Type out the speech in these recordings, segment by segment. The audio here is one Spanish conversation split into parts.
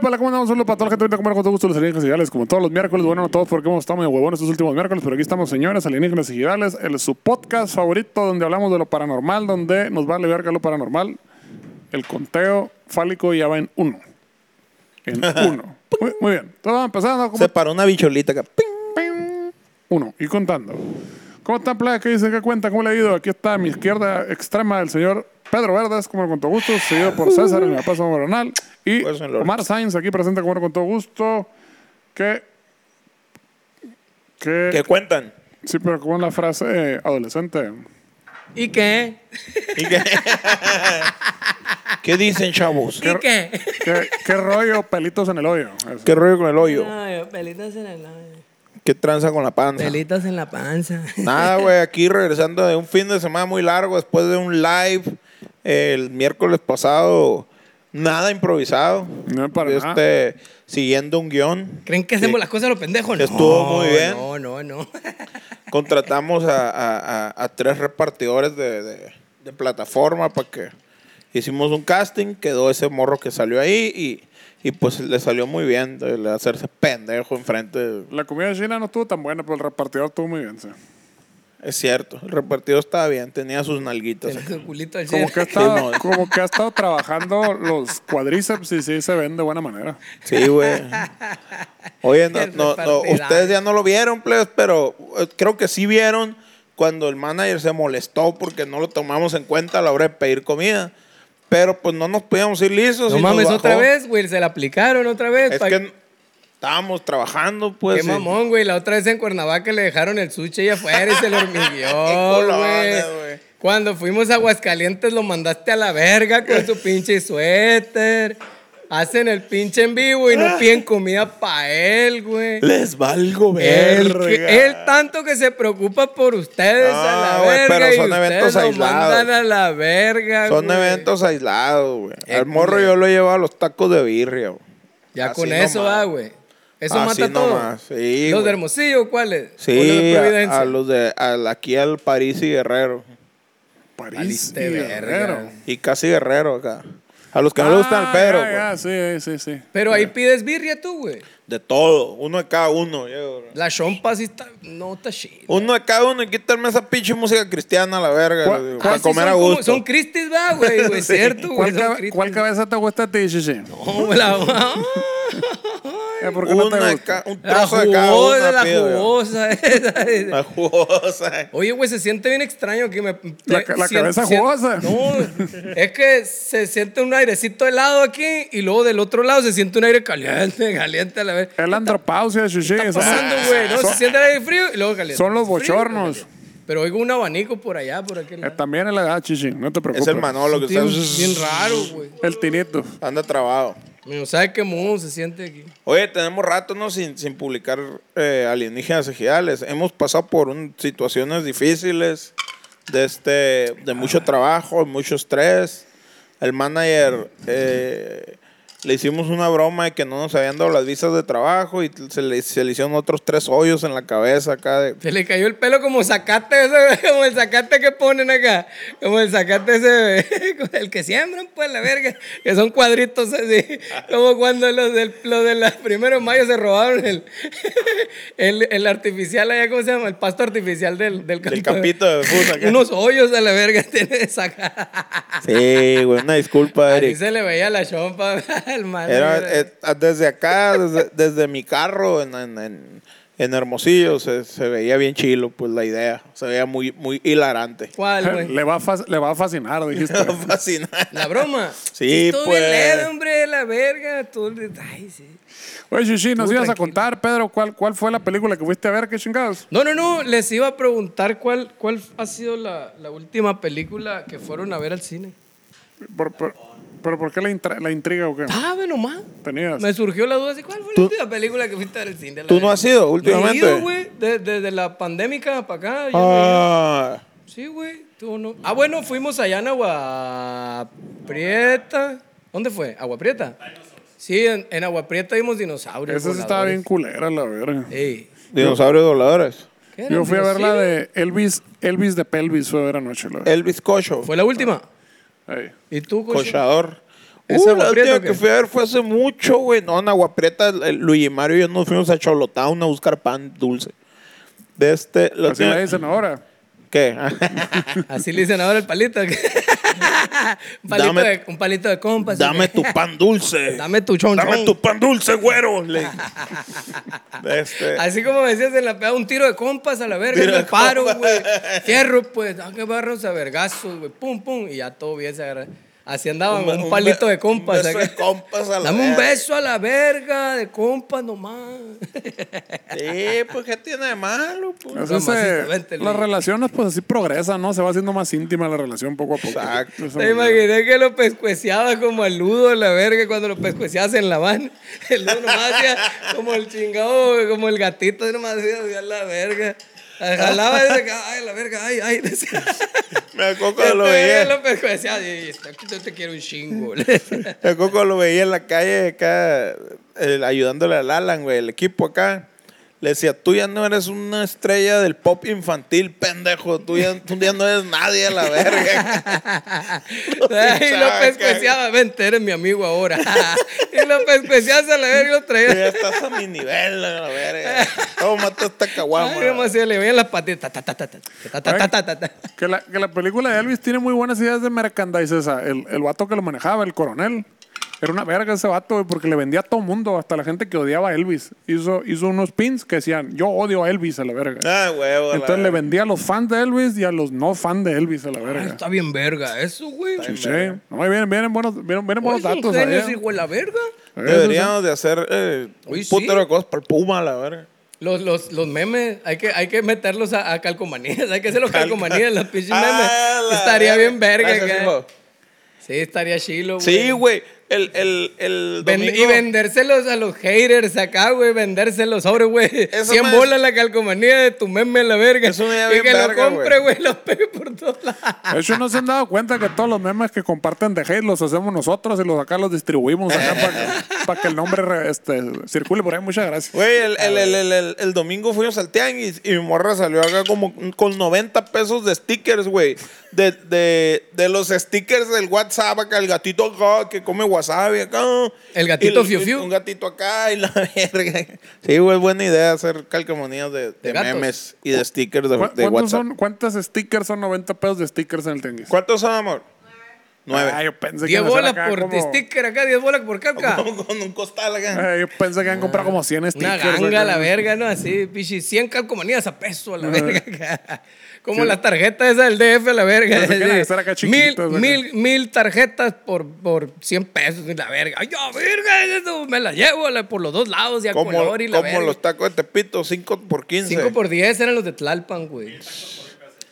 Hola, ¿cómo andamos? Solo para toda la gente que viene a comer con todo gusto los alienígenas ejidales, como todos los miércoles. Bueno, no todos porque hemos estado medio huevones estos últimos miércoles, pero aquí estamos, señores, alienígenas ejidales, el su podcast favorito donde hablamos de lo paranormal, donde nos vale verga lo paranormal. El conteo fálico ya va en uno. En uno. Muy, muy bien. Entonces vamos empezando. ¿Cómo Se paró una bicholita acá. ¡Ping! Ping. Uno, y contando. ¿Cómo están, playa? ¿Qué dicen? ¿Qué cuenta? ¿Cómo le ha ido? Aquí está a mi izquierda extrema el señor Pedro Verdes, como con todo gusto, seguido por César en la Paz Moronal. Y Pues, señor. Omar Sainz, aquí presente como con todo gusto. Que. que- ¿Qué cuentan? sí, pero como la frase eh, adolescente. ¿Y qué? ¿Y qué? ¿Qué dicen, chavos? ¿Y qué? ¿Qué, qué rollo? Pelitos en el hoyo. Eso. ¿Qué rollo con el hoyo? Ay, pelitas en el labio. ¿Qué tranza con la panza? Pelitas en la panza. Nada, güey, aquí regresando de un fin de semana muy largo después de un live el miércoles pasado. Nada improvisado. No, para nada. este, Siguiendo un guión. ¿Creen que hacemos las cosas a los pendejos? No, Estuvo muy bien. No, no, no. Contratamos a, a- a- a tres repartidores de, de- de plataforma para que hicimos un casting, quedó ese morro que salió ahí y, y pues le salió muy bien de de hacerse pendejo enfrente. de- La comida china no estuvo tan buena, pero el repartidor estuvo muy bien, sí. Es cierto, el repartido estaba bien, tenía sus nalguitas. Tiene su culito al Como cielo. que, ha estado, como que ha estado trabajando los cuadríceps y sí se ven de buena manera. Sí, güey. Oye, no, El no, no, repartidor. ustedes ya no lo vieron, plebes, pero eh, creo que sí vieron cuando el manager se molestó porque no lo tomamos en cuenta a la hora de pedir comida. Pero pues no nos podíamos ir lisos. No y nos mames, otra bajó. vez, güey. Se la aplicaron otra vez. Es pa- que n- estábamos trabajando, pues. Qué y- mamón, güey. La otra vez en Cuernavaca le dejaron el sushi ahí afuera y se lo Qué hormiguió, colones, güey. güey. Cuando fuimos a Aguascalientes lo mandaste a la verga con su pinche suéter. Hacen el pinche en vivo y no piden comida para él, güey. Les valgo Él, verga. que- él tanto que se preocupa por ustedes a Ah, la güey, verga pero y son ustedes eventos lo aislados. mandan a la verga, Son güey. eventos aislados, güey. Eh, Al morro yo lo he llevado a los tacos de birria, güey. Ya Así con eso nomás. va, güey. Eso Así mata todo. nomás, sí, ¿Los güey. de Hermosillo cuáles? ¿O los de Sí, Providencia? a, a los de al- aquí al París y Guerrero. París Valiste y verga. Guerrero. Y casi Guerrero acá. A los que no le gustan Ah, al Pedro, ya, pues. ya, sí, sí, sí. Pero ahí pides birria tú, güey. De todo. Uno de cada uno. yo, bro. La chompa sí está... No, está chido. Uno de cada uno y quitarme esa pinche música cristiana a la verga. ¿Cuál- le digo, cuál Para Ah, sí comer son a como- gusto. son Cristis, va, güey, güey. Sí. Cierto, güey. ¿Cuál, son cabe- Christie's. cuál cabeza te gusta a ti, Shishi? No, güey, la... Eh, ¿Por qué no Una te de gusta? ca- un La trozo de cada uno. jugosa, la pido, yo. jugosa. esa. La jugosa. Oye, güey, se siente bien extraño que me... La ca- la cabeza jugosa. No, es que se siente un airecito helado aquí y luego del otro lado se siente un aire caliente, caliente a la vez. Es la andropausia, Shishi. Son, Pasando, güey, ¿no? Se ah, son- siente el aire frío y luego caliente. son los Frío y luego bochornos. caliente. Pero oigo un abanico por allá, por aquel eh, lado. también es la edad, Shishi. No te preocupes. Es el Manolo que Bien, bien está. raro, güey. El tinito. Anda trabado. Pero ¿Sabes qué mudo se siente aquí? Oye, tenemos rato, ¿no? Sin, sin publicar eh, alienígenas ejidales. Hemos pasado por un- situaciones difíciles, de, este, de mucho trabajo, mucho estrés. El manager, eh, le hicimos una broma de que no nos habían dado las visas de trabajo y se le, se le hicieron otros tres hoyos en la cabeza acá. de- Se le cayó el pelo como zacate, ese, como el zacate que ponen acá. Como el zacate ese, como el que siembran, pues, la verga. Que son cuadritos así. Como cuando los, del, los de los primeros mayo se robaron el, el, el artificial allá, ¿cómo se llama? El pasto artificial del, del del campito de fútbol acá. Unos hoyos a la verga tiene esa Sí, güey, una disculpa, Así Eric. se le veía la chompa al man. Era, eh, desde acá, desde, desde mi carro en, en- en- en Hermosillo, se, se veía bien chilo, pues la idea. Se veía muy, muy hilarante. ¿Cuál, güey? Le va, a fas- le va a fascinar, dijiste. Fascinante. La broma. Sí, Estuvo pues. bien leve, hombre, la verga. Tú, ay, sí. Oye, Shishi, nos Tú ibas a tranquilo. contar, Pedro, cuál, cuál fue la película que fuiste a ver, qué chingados. No, no, no, les iba a preguntar cuál, cuál ha sido la, la última película que fueron a ver al cine. Por- por- ¿Pero por qué la, intra- la intriga o qué? ¿Sabe nomás? Tenías. Ah, Me surgió la duda, así, ¿cuál fue la última película que fuiste al cine? ¿Tú no has ido últimamente? últimamente? Yo he ido, güey, de- desde la pandémica para acá. yo no he ido. Ah, Sí, güey. tú no. Ah, bueno, fuimos allá en Agua Prieta. ¿Dónde fue? ¿Agua Prieta? Sí, en, en Agua Prieta vimos dinosaurios. Esa sí estaba bien voladores. Eh, culera, la verga. Ey, dinosaurios dobladores. ¿qué eran? Yo fui a ver la ¿Dinosaurios? de Elvis, Elvis de Pelvis, fue a ver anoche, la verga. Elvis Cocho, Fue la última. Ey. ¿Y tú, Cocho? cochador. ¿Ese Uh, la Agua Prieta última o que qué? fui a ver fue hace mucho, güey. No, en Agua Prieta, el- el Luigi Mario y yo nos fuimos a Cholotown a buscar pan dulce. De este... la Así la última- dicen ahora. ¿Qué? Así le dicen ahora el palito. un, palito Dame- de, un palito de compas. Dame tu pan dulce. pues, Dame tu chon Dame chon. tu pan dulce, güero. le- De este... Así como me decías en la peda, un tiro de compas a la verga, Tiro me de paro, compas. güey. Fierro, pues, ah, que barros a vergazos, güey. Pum, pum. Y ya todo bien se agarra. Así andaban, Un- un, un palito be- de compas. un beso acá. de compas a la Dame un verga. beso a la verga de compas nomás. Sí, pues ¿qué tiene de malo? pues? Así se- masista, vente, eh, las Luis. relaciones, pues así progresan, ¿no? Se va haciendo más íntima la relación poco a poco. Exacto. Eso Te me- imaginé que lo pescueciaba como al ludo a la verga cuando lo pescueciabas en la van. El ludo nomás hacía como el chingado, como el gatito, nomás hacía hacía la verga. Jalaba y decía, ay, la verga, ay, ay. decía. Me acuerdo Yo cuando Este, lo te veía veía. lo pescueciado y decía, yo te quiero un chingo. Me acuerdo cuando lo veía en la calle acá, el- ayudándole al Alan, güey, el equipo acá. Le decía, tú ya no eres una estrella del pop infantil, pendejo. Tú ya, tú ya no eres nadie a la verga. y lo pescueciaba, vente, eres mi amigo ahora. y lo pescueciabas a la verga y lo Tú traías. ya estás a mi nivel, a la verga. Tómate esta caguama. Ay, nomás se le veían las patitas. ta, ta, ta, ta, ta, ta, ta, ta, ta, ta. Que la, que la película de Elvis tiene muy buenas ideas de merchandise esa. El, el vato que lo manejaba, el coronel. Era una verga ese vato, güey, porque le vendía a todo mundo, hasta la gente que odiaba a Elvis. Hizo, hizo unos pins que decían, yo odio a Elvis a la verga. Ah, huevo. la Entonces le verga. vendía a los fans de Elvis y a los no fans de Elvis a la Ah, verga. Está bien verga eso, güey. Sí, sí. No, y vienen, vienen buenos, vienen, vienen buenos Oye, son datos. ahí, genios, eh. hijo de la verga. Eso sí. Deberíamos de hacer eh, Uy, un sí. putero de cosas para el Puma, la verga. Los, los, los memes, hay que, hay que meterlos a, a calcomanías, hay que hacerlos Cal- calcomanías, los pinches memes. Ah, la estaría bien verga, Gracias, acá. hijo. Sí, estaría chilo, güey. Sí, güey. El, el, el Ven- y domingo- vendérselos a los haters acá, güey, vendérselos sobre, güey. Eso 100 me- bolas la calcomanía de tu meme, la verga. Eso me da y bien que verga, lo compre, güey, lo pegue por todos lados. De hecho, no se han dado cuenta que todos los memes que comparten de hate los hacemos nosotros y los acá los distribuimos acá para que, pa' que el nombre re- este, circule por ahí. Muchas gracias. Güey, el, el, el, el, el- el domingo fuimos al tianguis y mi morra salió acá como con 90 pesos de stickers, güey. De, de, de los stickers del WhatsApp acá, el gatito acá que come wasabi acá. El gatito Y fiu fiu. Un gatito acá y la verga. Sí, güey, buena idea hacer calcamonías de, de gatos. memes y de stickers de, ¿Cu- de ¿Cuántos WhatsApp. son, ¿Cuántas stickers son 90 pesos de stickers en el tianguis? ¿Cuántos son, amor? Nueve. Ah, yo pensé que 10 iban a bolas hacer acá por como- sticker acá, 10 bolas por calca. Como con un costal acá. Ah, yo pensé que han comprado como 100 Una stickers. ganga acá. a la verga, ¿no? Así, pichi, 100 calcomanías a peso a la verga. acá. Como Sí. las tarjetas esas del DF a la verga. Pensé que iban a así. estar acá mil, chiquitos, acá. mil, mil tarjetas por, por 100 pesos y la verga. Ay, ya, verga, eso me la llevo la- por los dos lados y a Como, color y la como verga. los tacos de Tepito, 5 por 15. 5 por 10 eran los de Tlalpan, güey.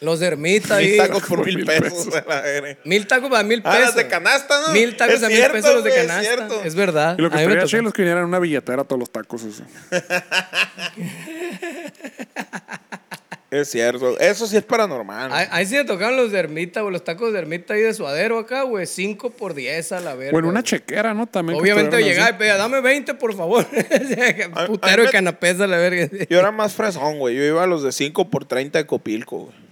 Los de Ermita Mil ahí. tacos por mil pesos. a la verga. Mil tacos a mil Ah, pesos. las de canasta, ¿no? Mil tacos Es a cierto, mil pesos los de güey, es canasta. Es, cierto. verdad. Y lo que A mí me estaría tocó. chido es que vinieran una billetera todos los tacos. Eso. Es cierto. Eso sí es paranormal. Ahí, ahí sí me tocaban los de ermita, güey, los tacos de ermita y de suadero acá, güey. 5 por 10 a la verga. Bueno, una güey. chequera, ¿no? También. que Obviamente estuvieran llegaba y así. Ah, pedía, dame 20, por favor. a Putero mí de me- canapés a la verga. Yo era más fresón, güey. Yo iba a los de 5 por 30 de Copilco, güey.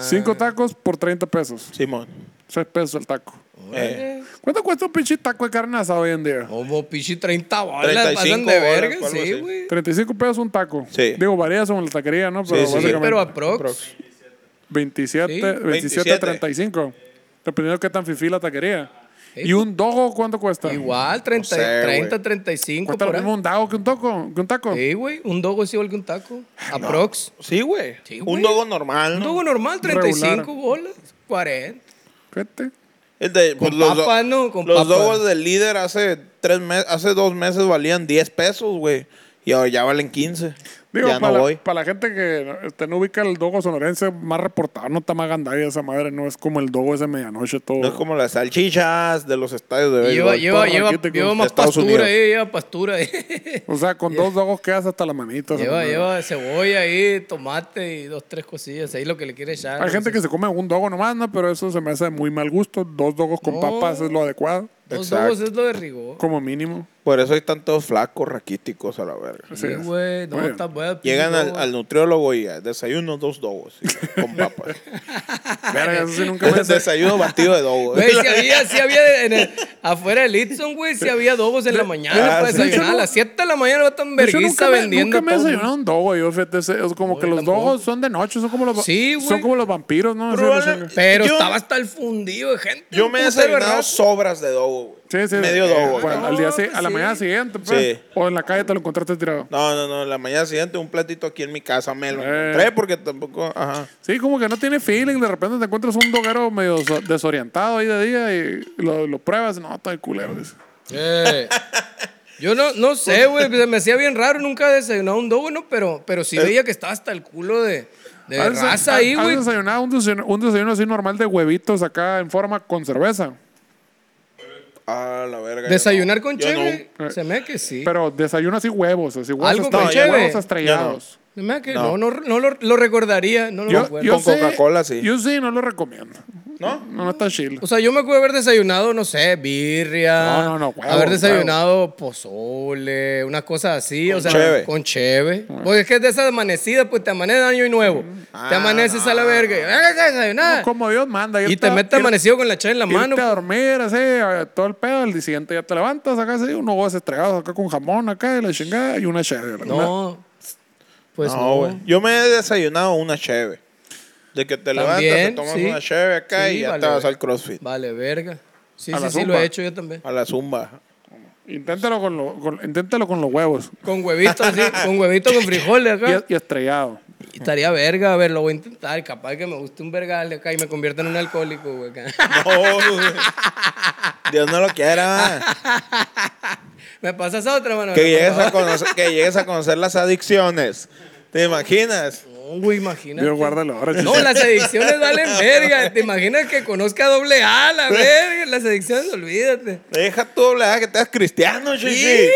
Cinco Ah. tacos por 30 pesos. Simón. 6 pesos el taco. Eh, ¿Cuánto cuesta un pinche taco de carne asada hoy en día? Como pichi 30 bolas, 35 pasan de bolas, verga, algo sí, así. güey. 35 pesos un taco. Sí. Digo, varía según la taquería, ¿no? Pero Sí, sí, sí. Sí, básicamente pero aprox. prox. 27, Sí. 27, 35. Dependiendo de qué tan fifí la taquería. ¿Y un dogo cuánto cuesta? Igual, 30, No sé, 30 güey. 35 ¿Cuesta lo por mismo ahí. un dogo que un, toco, que un taco? Sí, güey, un dogo es igual que un taco. Aprox. Sí, güey. Sí, güey. Un dogo normal, Un ¿no? dogo normal, 35 Regular. bolas, 40. Fíjate. El de- pues, Con los do- papa, ¿no? Con los papa. dogos del líder hace, tres mes- hace dos meses valían 10 pesos, güey. Y ahora ya valen 15. Digo, Ya no para, la- voy. para la gente que este, no ubica el dogo sonorense más reportado, no está más gandalla esa madre, no es como el dogo ese medianoche todo. No es como las salchichas de los estadios de Lleva, béisbol. lleva, porra, lleva, aquí te- lleva más Estados pastura Unidos. ahí, lleva pastura eh. ahí. O sea, con dos dogos quedas hasta la manita. esa lleva, madre. lleva cebolla ahí, tomate y dos, tres cosillas. Ahí lo que le quiere echar. Hay gente que se come un dogo nomás, ¿no? Pero eso se me hace de muy mal gusto. Dos dogos con No. papas es lo adecuado, Dos Exacto. ojos es lo de rigor. como mínimo. Por eso hay tantos flacos, raquíticos a la verga. Así Sí, es. güey. No, Muy bien. está bueno. Llegan al, pinche al nutriólogo y ah, desayuno dos dogos y- con papas. Verga, eso sí nunca me hace- desayuno batido de dogo. Güey, si había, si había en el- afuera del Itson, güey, si había dobos en la mañana Ah, para sí. desayunar. A las 7 de la mañana va tan De hecho, verguiza nunca me- vendiendo. Nunca me todo. desayunado un dogo, yo fíjate, ese- es como No, que yo los tampoco. dogos son de noche, son como los, va- Sí, güey. son como los vampiros, ¿no? Ese- Probable- ese- Pero Yo- estaba hasta el fundido de gente. Yo un me he putero de desayunado raza. sobras de dogo, güey. Sí, sí. Medio Eh, dogo. bueno, acá. al día, No, si- pues a la sí. mañana siguiente, pues. Sí. O en la calle te lo encontraste tirado. No, no, no. La mañana siguiente un platito aquí en mi casa me lo Eh. encontré porque tampoco. Ajá. Sí, como que no tiene feeling. De repente te encuentras un doguero medio so- desorientado ahí de día y lo, lo pruebas. No, está de culero. dice. Eh, Yo no, no sé, güey. pues, Se me hacía bien raro. Nunca he desayunado un dobo, ¿no? Pero, pero Eh. sí veía que estaba hasta el culo de, de ¿Has desa- raza ahí, has- güey. ¿Has desayunado un desayuno, un desayuno así normal de huevitos acá en forma con cerveza? Ah, la verga. yo Desayunar no. con Yo cheve. Se me hace que sí. Eh, Pero desayuno así huevos, así huevos, Algo estre- con cheve. huevos No, estrellados. Se me hace que No. no, no, no lo, lo recordaría. No lo Yo, recuerdo. yo Con sé- Coca-Cola, sí. Yo sí, no lo recomiendo. No. No, no está chill. O sea, yo me acuerdo haber desayunado, no sé, birria. No, no, no, huevo, haber desayunado pozole, unas cosas así. o sea, cheve. con cheve. Porque es que es de esas amanecidas, pues te amanece año y nuevo. Ah, te amaneces a la verga. y, "Ah, desayunar". Como Dios manda. y irte te a- metes ir- amanecido con la chave en la irte mano. a dormir, así, a- todo el pedo. Al día siguiente ya te levantas acá, así, unos huevos estrellados acá con jamón acá y la chingada y una cheve. Una- No. Pues No, no, güey. Yo me he desayunado una cheve. De que te levantas, te También, tomas sí. una cheve acá y Sí, ya vale, te vas güey. al crossfit. Vale, verga. Sí, A la sí, sí, lo zumba. he hecho yo también. A la zumba. Inténtalo, con lo- con- inténtalo con los huevos Con huevitos, sí, con huevitos con frijoles acá. y, y estrellado. Y Estaría verga, a ver, lo voy a intentar. Capaz que me guste un vergal acá y me convierta en un alcohólico, güey. acá. No, güey. Dios no lo quiera. ¿Me pasas a otra, mano? que, Por llegues a favor. conocer, que llegues a conocer las adicciones. ¿Te imaginas? No, güey, imagínate. Dios, guárdalo ahora. chis- No, las adicciones valen verga. ¿Te imaginas que conozca doble A, la verga? Las adicciones, olvídate. Deja tú, le que te das cristiano, chichi.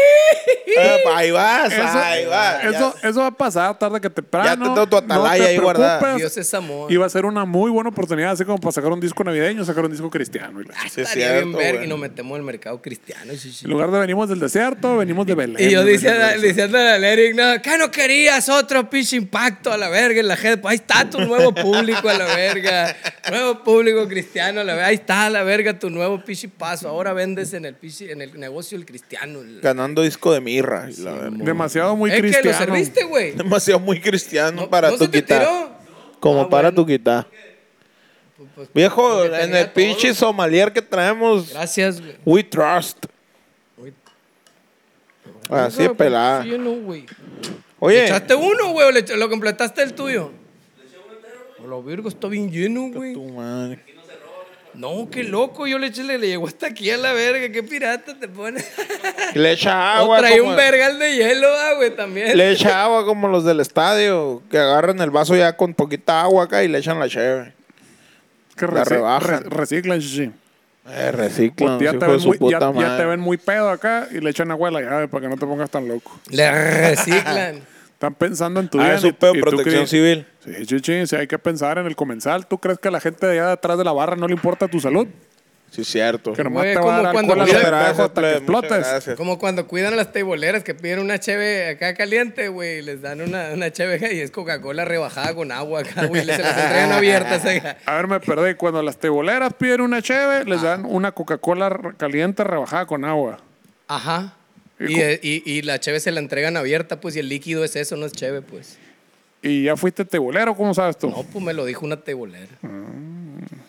Ah, pa, ahí vas, Eso, ahí vas. eso, ya. eso va a pasar tarde que temprano. Ya te tengo tu atalaya te ahí guardada. preocupes. Dios es amor. Y va a ser una muy buena oportunidad, así como para sacar un disco navideño, sacar un disco cristiano. y la ch- Sí, es Estaría bien cierto, verga güey. y nos metemos al mercado cristiano. sí, sí. En lugar de venimos del desierto, venimos de Belén. Y yo Venimos diciendo, de- diciendo al Eric, no, ¿qué no querías otro pinche impacto a la verga en la gente? Pues Ahí está tu nuevo público a la verga. Nuevo público cristiano a la verga. Ahí está a la verga tu nuevo pinche paso. Ahora vendes en el pinche- en el negocio el cristiano. Ganando disco de mirra. y la verga. Demasiado muy es ¿Eh, que lo cristiano. serviste, güey. Demasiado muy cristiano No, para no tu se te guitarra. tiró. Como Ah, para bueno. tu guitarra. Pues, pues, Viejo, porque en tenía el pinche todo. somalier que traemos, Gracias, güey. we trust. Así es Pero, pues, Ah, pelada. sí, yo no, güey. Oye, ¿Echaste uno, güey? o le echa- ¿Lo completaste el tuyo? Los Virgo está bien lleno, güey. tu madre. No, qué loco, yo le eché, le, le llegó hasta aquí a la verga, qué pirata te pone. le echa O agua. trae como- un vergal de hielo, ah, güey, también. Le echa agua como los del estadio, que agarran el vaso ya con poquita agua acá y le echan la cheve. que La reci- rebajan. re- reciclan, chichi. Eh, reciclan, Pues ya, hijo te de ven su muy, ya- puta ya madre. Ah, te ven muy pedo acá y le echan agua a la llave para que no te pongas tan loco. Le reciclan. Están pensando en tu Ah, vida. es un y- pedo y tú protección crees- civil. Sí, chichi, sí, hay que pensar en el comensal. ¿Tú crees que a la gente de allá detrás de la barra no le importa tu salud? Sí, cierto. Que nomás Güey, te va como a dar cuando alcohol al cuidan- pendejo hasta que plebe, pues, muchas explotes. gracias. Como cuando cuidan a las teiboleras que piden una cheve acá caliente, güey, y les dan una, una cheve y es Coca-Cola rebajada con agua acá, güey, les se las entregan abiertas acá. A ver, me perdí. Cuando las teboleras piden una cheve, Ah. les dan una Coca-Cola re- caliente rebajada con agua. Ajá. Y, eh, y- y la cheve se la entregan abierta, pues, y el líquido es eso, no es cheve, pues. ¿Y ya fuiste tebolero? ¿Cómo sabes tú? No, pues me lo dijo una teibolera.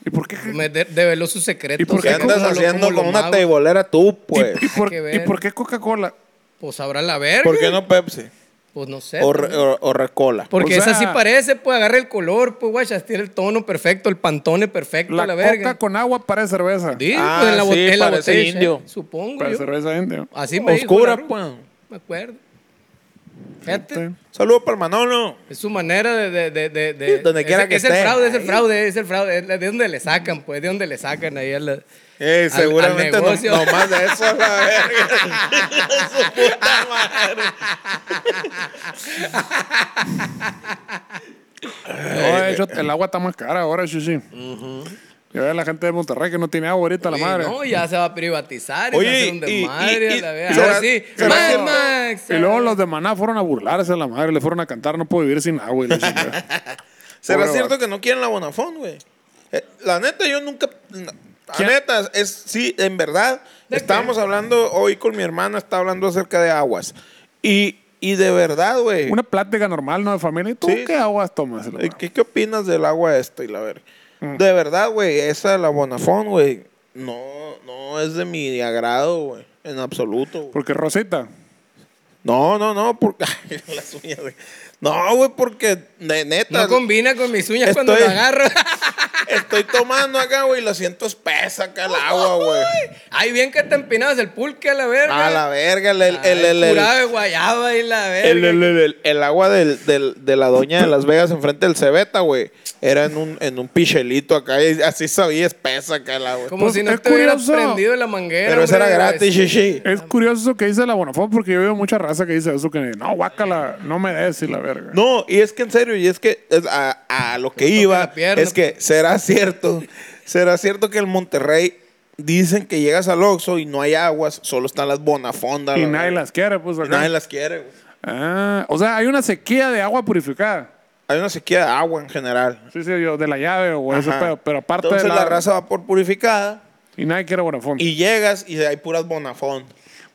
¿Y por qué? Me de- develó sus secretos. ¿Y por ¿Qué Porque andas como lo- haciendo como los con una magos. teibolera tú, pues? ¿Y por, que y ver. por qué Coca-Cola? Pues habrá la verga. ¿Por qué no Pepsi? Pues no sé. O, re- o- o Recola. Porque O esa sea- sí parece, pues agarra el color, pues guachas, tiene el tono perfecto, el pantone perfecto, la, La, verga. Coca con agua parece cerveza. Sí, Ah, pues en la, sí, bot- en la parece botella, indio. supongo Para yo. cerveza indio. Así me dijo Oscura, la Ru, pues. Me acuerdo. Fíjate. Este. Saludos para el Manolo. Es su manera de. de, de, de- de- Sí, donde es- quiera que es esté. el fraude, es el Ahí. fraude, es el fraude. Es de donde le sacan, pues, de donde le sacan ahí a la. Eh, al- seguramente al no, negocio. nomás de eso, la verga. Su puta madre. No, de hecho, el agua está más cara ahora, Shishi. Y ahora la gente de Monterrey que no tiene agua ahorita, la Sí, madre. No, ya se va a privatizar y Oye, va a hacer un y- desmadre. y- a la y- vez. ¿será- Ahora sí, será Mad que- Max. eh. Y luego los de Maná fueron a burlarse a la madre, le fueron a cantar, no puedo vivir sin agua. y la chingada. ¿Será Pobre cierto vato. que no quieren la Bonafón, güey? Eh, la neta, yo nunca. na- La neta, es, sí, en verdad. ¿De Estábamos hablando hoy con mi hermana, está hablando acerca de aguas. Y, y de verdad, güey. Una plática normal, ¿no? De familia. ¿Y tú Sí. qué aguas tomas? Y la Eh, madre. ¿Qué, qué opinas del agua esta y la verga? Mm. De verdad, güey, esa de la Bonafón, güey, no, no es de mi agrado, güey, en absoluto. güey. Porque Rosita, No, no, no, porque... las uñas, güey. No, güey, porque de neta, No combina con mis uñas cuando lo Estoy- agarro. estoy tomando acá, güey, y la siento espesa acá el agua, güey. Ay, bien que te empinabas el pulque a la verga. A la verga, el, el, Ay, el, el, el- curado de guayaba y la verga. el- el- el- el- el agua del, del- de la doña de Las Vegas enfrente del Cebeta, güey, era en un, en un pichelito acá, y así sabía espesa acá el agua. Como Pues, si no es te hubieras curioso. prendido la manguera. Pero eso era hombre, Este, gratis, sí. shishi. es curioso eso que dice la Bonafón, porque yo veo mucha raza que dice eso, que no, guácala, no me des y la verga. No, y es que en serio, y es que es a, a lo que toca iba, la pierna, es que será cierto, será cierto que el Monterrey dicen que llegas al Oxxo y no hay aguas, solo están las bonafondas. y la nadie verdad. las quiere, pues Y acá. nadie las quiere, güey. Ah, o sea, hay una sequía de agua purificada. Hay una sequía de agua en general. Sí, sí, yo, de la llave o ese Ajá. pedo. Pero aparte Entonces de la... la, raza va por purificada Y nadie quiere Bonafont. y llegas y hay puras bonafón.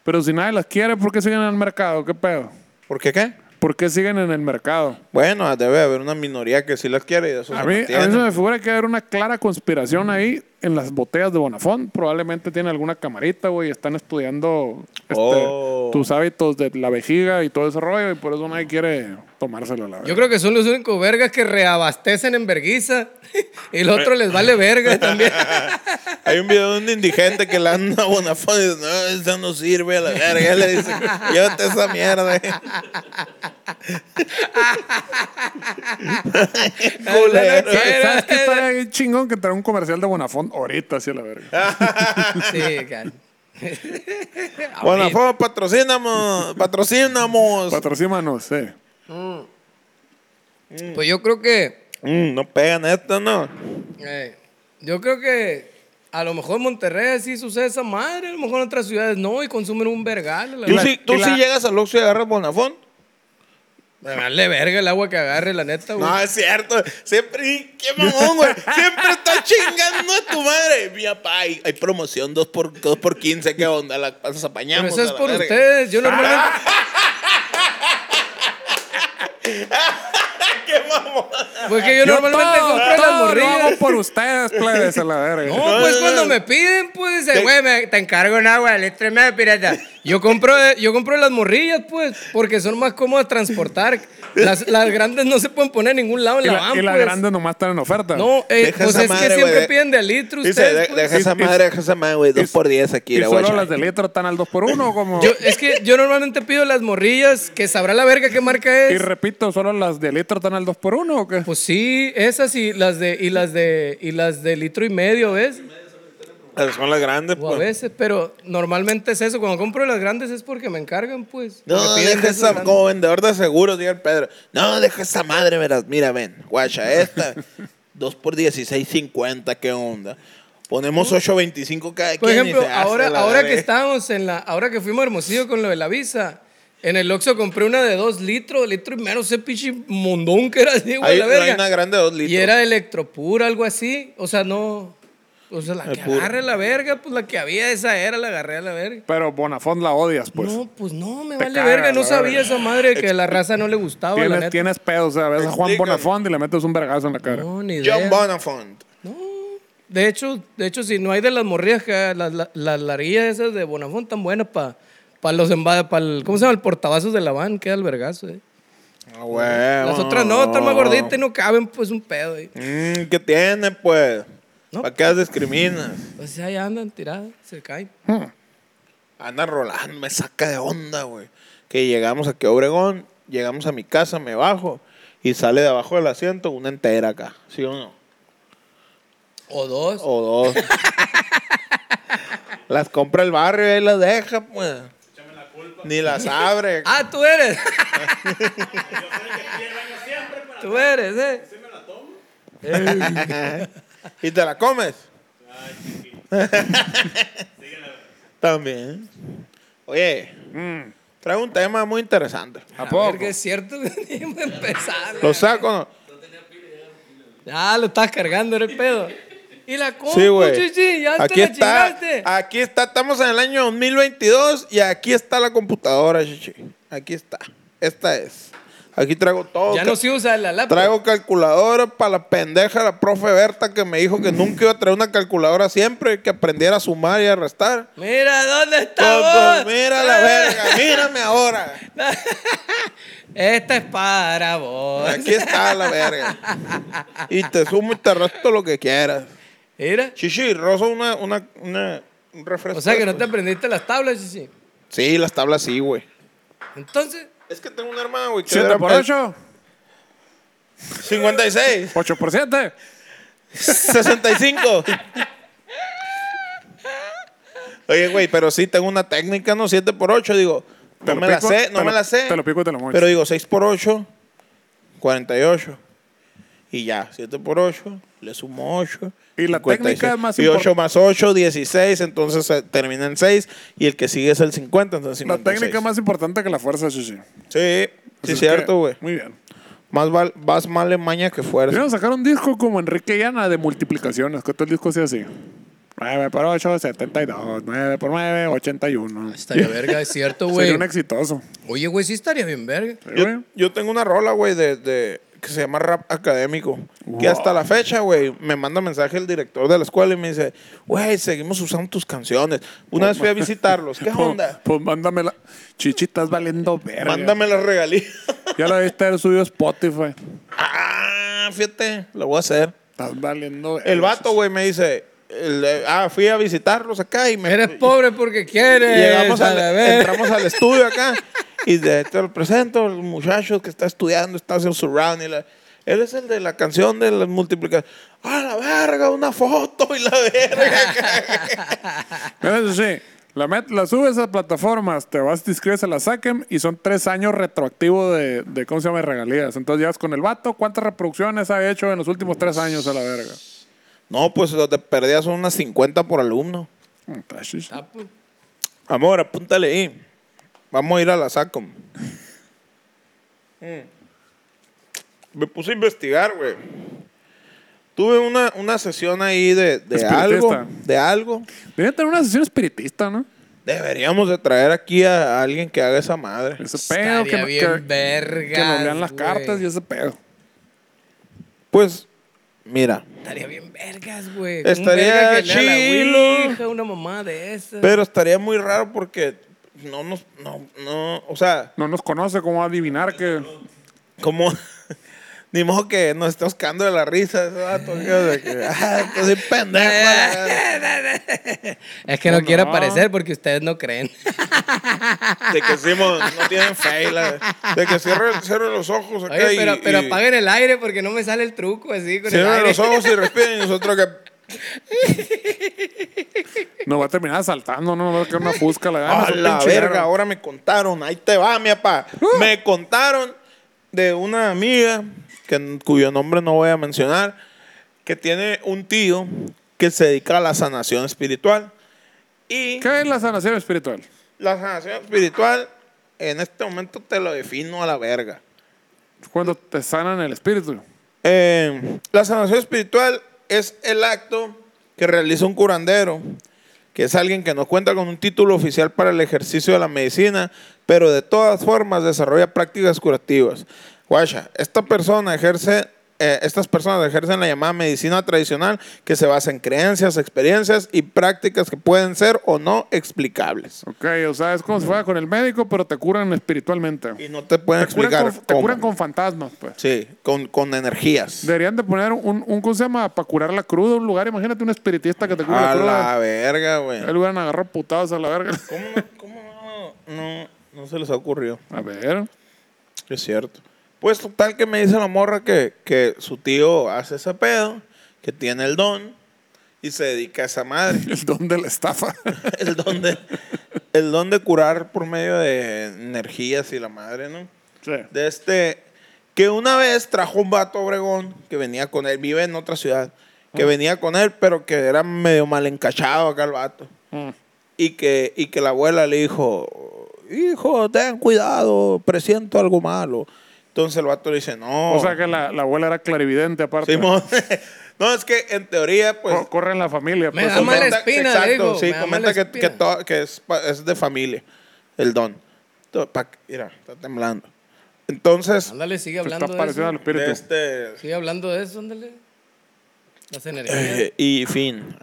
Pero si nadie las quiere, ¿por qué siguen en el mercado? ¿Qué pedo? ¿Por qué qué? ¿Por qué siguen en el mercado? Bueno, debe haber una minoría que sí las quiere y de eso A se mí, a mí mantiene. se me figura que hay una clara conspiración ahí en las botellas de Bonafont. Probablemente tienen alguna camarita, güey. y Están estudiando este, Oh. tus hábitos de la vejiga y todo ese rollo. Y por eso nadie quiere tomárselo a la Yo verga. creo que son los únicos vergas que reabastecen en verguiza. Y el otro les vale verga también. Hay un video de un indigente que le dan una bonafón y dice, no, esa no sirve a la verga. Le dice, llévate esa mierda. Culero. ¿Sabes qué estaría bien chingón que traer un comercial de Bonafont ahorita hacia la verga? Ah, Sí, cara. Bonafón, patrocinamos, patrocinamos. Patrocímanos, sí. Pues yo creo que. Mm, no pegan esto, ¿no? eh, yo creo que. A lo mejor en Monterrey sí sucede esa madre, a lo mejor en otras ciudades no, y consumen un vergal. la Tú verdad. sí, tú y la- sí llegas al Oxxo y agarras bonafón. Me vale verga el agua que agarre, la neta, güey. No, es cierto. Siempre, y qué mamón, güey. Siempre estás chingando a tu madre. Mira, pa, hay, hay promoción 2 por, dos por 15 ¿Qué onda? La pasas Pero apañamos. eso es a la por verga. ustedes. Yo normalmente. ¡Qué mamón! Pues que yo, normalmente todo, compro las todo lo hago morrillas. por ustedes, plebes, a la verga. No, pues no, cuando no. me piden, pues dicen, güey, me- te encargo un agua, letra de pirata. Yo compro, eh, yo compro las morrillas, pues, porque son más cómodas de transportar. Las, las grandes no se pueden poner en ningún lado en Y la, la, van, y la pues. grande nomás están en oferta. No, eh, Deja pues esa es madre, que siempre güey, de- piden de litro Dice, ustedes. de- pues. deja esa Y- y- madre, deja esa madre, güey. Dos y- por diez aquí, y la solo guacha. las de litro están al 2x1 como... Yo- es que yo normalmente pido las morrillas, que sabrá la verga qué marca y es. repito, solo las de litro están al 2x1 o qué? Pues sí, esas y las de, y las de, y las de litro y medio, ¿ves? Esas Son las grandes, O a pues. veces, pero normalmente es eso. Cuando compro las grandes es porque me encargan, pues. No, Me piden deja de esas esa, grandes. como vendedor de seguros, diga el Pedro. No, deja esa madre, verás. Mira, ven, guacha, esta. 2 por 16.50, ¿qué onda? Ponemos 8.25 cada Por quien. y ejemplo, se hace ahora, la ahora que verga. estábamos en la, ahora que fuimos a Hermosillo con lo de la visa, en el Oxxo compré una de dos litros, litro y menos, ese pinche mondón que era así, güey, Hay- la no verga. hay una grande de dos litros. Y era electropura, algo así. O sea, no. O sea, la que pura. agarre la verga, pues la que había esa era, la agarré a la verga. Pero Bonafont la odias, pues. no, pues no, me te vale caga verga. No la sabía verga. esa madre que a la raza no le gustaba, la tienes, neta. tienes pedos, o sea, ves a Juan Explícame. Bonafont y le metes un vergazo en la cara. No, ni idea. John Bonafont. De hecho, de hecho, si no hay de las morrillas, que las la, las larguillas esas de Bonafón tan buenas para los embadas, para el, ¿cómo se llama? El portavasos de la van, queda el vergazo, eh. Ah, huevo. Las otras no, están más gorditas y no caben, pues un pedo ahí. Mm, ¿Qué tiene, pues? No. ¿Para qué las discriminas? Pues ahí andan tiradas, se caen. Ana Roland me saca de onda, güey. que llegamos aquí a Obregón, llegamos a mi casa, me bajo y sale de abajo del asiento una entera acá, ¿sí o no? O dos. O dos. las compra el barrio y ahí las deja, pues. Ni las abre. Ah, tú eres. tú eres, ¿eh? ¿Y te la comes? También. Oye, trae un tema muy interesante. ¿A A poco? ver, que es cierto que teníamos que empezar. Lo saco. no? Ah, lo estás cargando, era el pedo. Y la compu, Sí, güey. chichi, Oh, ya Aquí te la está. Ah, chingaste. Aquí está. Estamos en el año 2022 y aquí está la computadora, chichi. Aquí está. Esta es. Aquí traigo todo. Ya Ca- no se usa la laptop. Traigo calculadora para la pendeja, la profe Berta, que me dijo que nunca iba a traer una calculadora siempre, que aprendiera a sumar y a restar. Mira, ¿dónde Pues, está pues, vos? Eh, mira la verga, mírame ahora. Esta es para vos. Aquí está la verga. Y te sumo y te resto lo que quieras. Mira. Chichi, rosa una, una, una- un refresco. O sea que no te después. aprendiste las tablas, chichi. Sí, las tablas sí, güey. Entonces, Es que tengo un hermano, güey. que ¿Siete era por el- ocho? 56. ¿Ocho por siete? 65. Oye, güey, pero sí tengo una técnica, ¿no? 7 por 8 digo, Te lo no me la pico, sé, te no lo- me la sé. te lo pico y te lo mocho. Pero digo, 6 por 8 48. Y ya, 7 por 8 le sumo 8. Y la técnica más Y impor- 8 más 8, 16, entonces eh, termina en 6. Y el que sigue es el 50, entonces La 56. técnica más importante que la fuerza, Chuchi. Así Sí, sí, es que- cierto, güey. Muy bien. Más, val- más mal en maña que fuerza. Deberíamos sacar un disco como Enrique Llana de multiplicaciones, que todo el disco sea así. 9 por 8, 72. 9 por 9, 81. estaría verga, es cierto, Sería güey. un exitoso. Oye, güey, sí estaría bien verga. Sí, Yo, güey. yo tengo una rola, güey, de, de- que se llama Rap Académico. Que Wow. hasta la fecha, güey, me manda mensaje el director de la escuela y me dice, güey, seguimos usando tus canciones. Una vez fui a visitarlos. ¿Qué Pues- onda? Pues mándamela. Chichi, estás valiendo verga. Mándame las regalías. Ya la viste el suyo Spotify. ah, fíjate, lo voy a hacer. Estás valiendo verga. El vato, güey, me dice, el- eh, ah, fui a visitarlos acá y me... Eres pobre porque quieres. Llegamos a al, e- la verga. entramos al estudio acá y de, te lo presento al muchacho que está estudiando, está haciendo su round. Y la- él es el de la canción de la multiplicación. ¡Ah, la verga! Una foto y la verga. Mira, Chuchi, la, met- la subes a plataformas, te vas, te inscribes a la SACEM y son tres años retroactivos de, de, ¿cómo se llama? Regalías. Entonces llegas con el vato. ¿Cuántas reproducciones ha hecho en los últimos tres años a la verga? no, pues lo te perdías son unas 50 por alumno. Mm, está chichi. Ah, pues. Amor, apúntale ahí. Vamos a ir a la SACOM. Mm. Me puse a investigar, güey. Tuve una, una sesión ahí de, de Espiritista. algo. De algo. Debería tener una sesión espiritista, ¿no? Deberíamos de traer aquí a alguien que haga esa madre. Ese pedo, Estaría que, no- bien que, vergas, que nos lean las güey. cartas y ese pedo. Pues, mira. Estaría bien vergas, güey. Un Estaría verga que lea la chilo. Ouija, una mamá de esas. Pero estaría muy raro porque no nos, no, no, o sea, No nos conoce, ¿cómo va a adivinar que...? como, ni modo que nos estemos cagando de la risa ese vato. que- de que, "Ah, que soy pendejo. la verga". es que no, No, quiero no. aparecer porque ustedes no creen. De que sí, mo, no tienen fe. y la- de que cierren, cierren los ojos acá Oye, pero, y, pero y- apaguen el aire porque no me sale el truco así con el Cierren aire. los ojos y respiren y nosotros que... Nos va a terminar saltando, ¿no? Nos va a quedar una fusca. La, gana, A su Ah, la Ah, pinche Ah. verga, verga. ahora me contaron, ahí te va, mi papá. Me contaron de una amiga, que, cuyo nombre no voy a mencionar, que tiene un tío que se dedica a la sanación espiritual. Y ¿Qué es la sanación espiritual? la sanación espiritual, en este momento te lo defino a la verga. Cuando te sanan el espíritu. Eh, la sanación espiritual es el acto que realiza un curandero, que es alguien que no cuenta con un título oficial para el ejercicio de la medicina, pero de todas formas desarrolla prácticas curativas. Guacha, esta persona ejerce, eh, estas personas ejercen la llamada medicina tradicional que se basa en creencias, experiencias y prácticas que pueden ser o no explicables. Ok, o sea, es como si fuera con el médico, pero te curan espiritualmente. Y no te pueden Te curan, explicar. con, te cómo. curan con fantasmas, pues. Sí, con, con energías. Deberían de poner un, un ¿cómo se llama? Para curar la cruda, un lugar. Imagínate un espiritista que te cura A la cruda. la verga, güey. Ahí lo hubieran agarrado putados a la verga. ¿Cómo no? ¿Cómo no? No, No se les ha ocurrido. A ver. Es cierto. Pues total que me dice la morra que, que su tío hace ese pedo, que tiene el don y se dedica a esa madre. El don de la estafa. el don de, el don de curar por medio de energías y la madre, ¿no? sí. De este, que una vez trajo un vato a Obregón que venía con él, vive en otra ciudad, que venía con él, pero que era medio mal encachado acá el vato. Mm. Y que, y que la abuela le dijo, hijo, ten cuidado, presiento algo malo. Entonces el vato le dice, no. O sea que la, la abuela era clarividente aparte. Simón". no, es que en teoría, pues... Co- corre en la familia. Me pues. da mala espina, exacto, le digo, sí, me da comenta mala que, espina. que to- que es, pa- es de familia, el don. To- pa- mira, está temblando. Entonces, Ándale, sigue Se hablando está de pareciendo eso. al espíritu. este, Sigue hablando de eso, ándale. Las energías. Eh, y fin.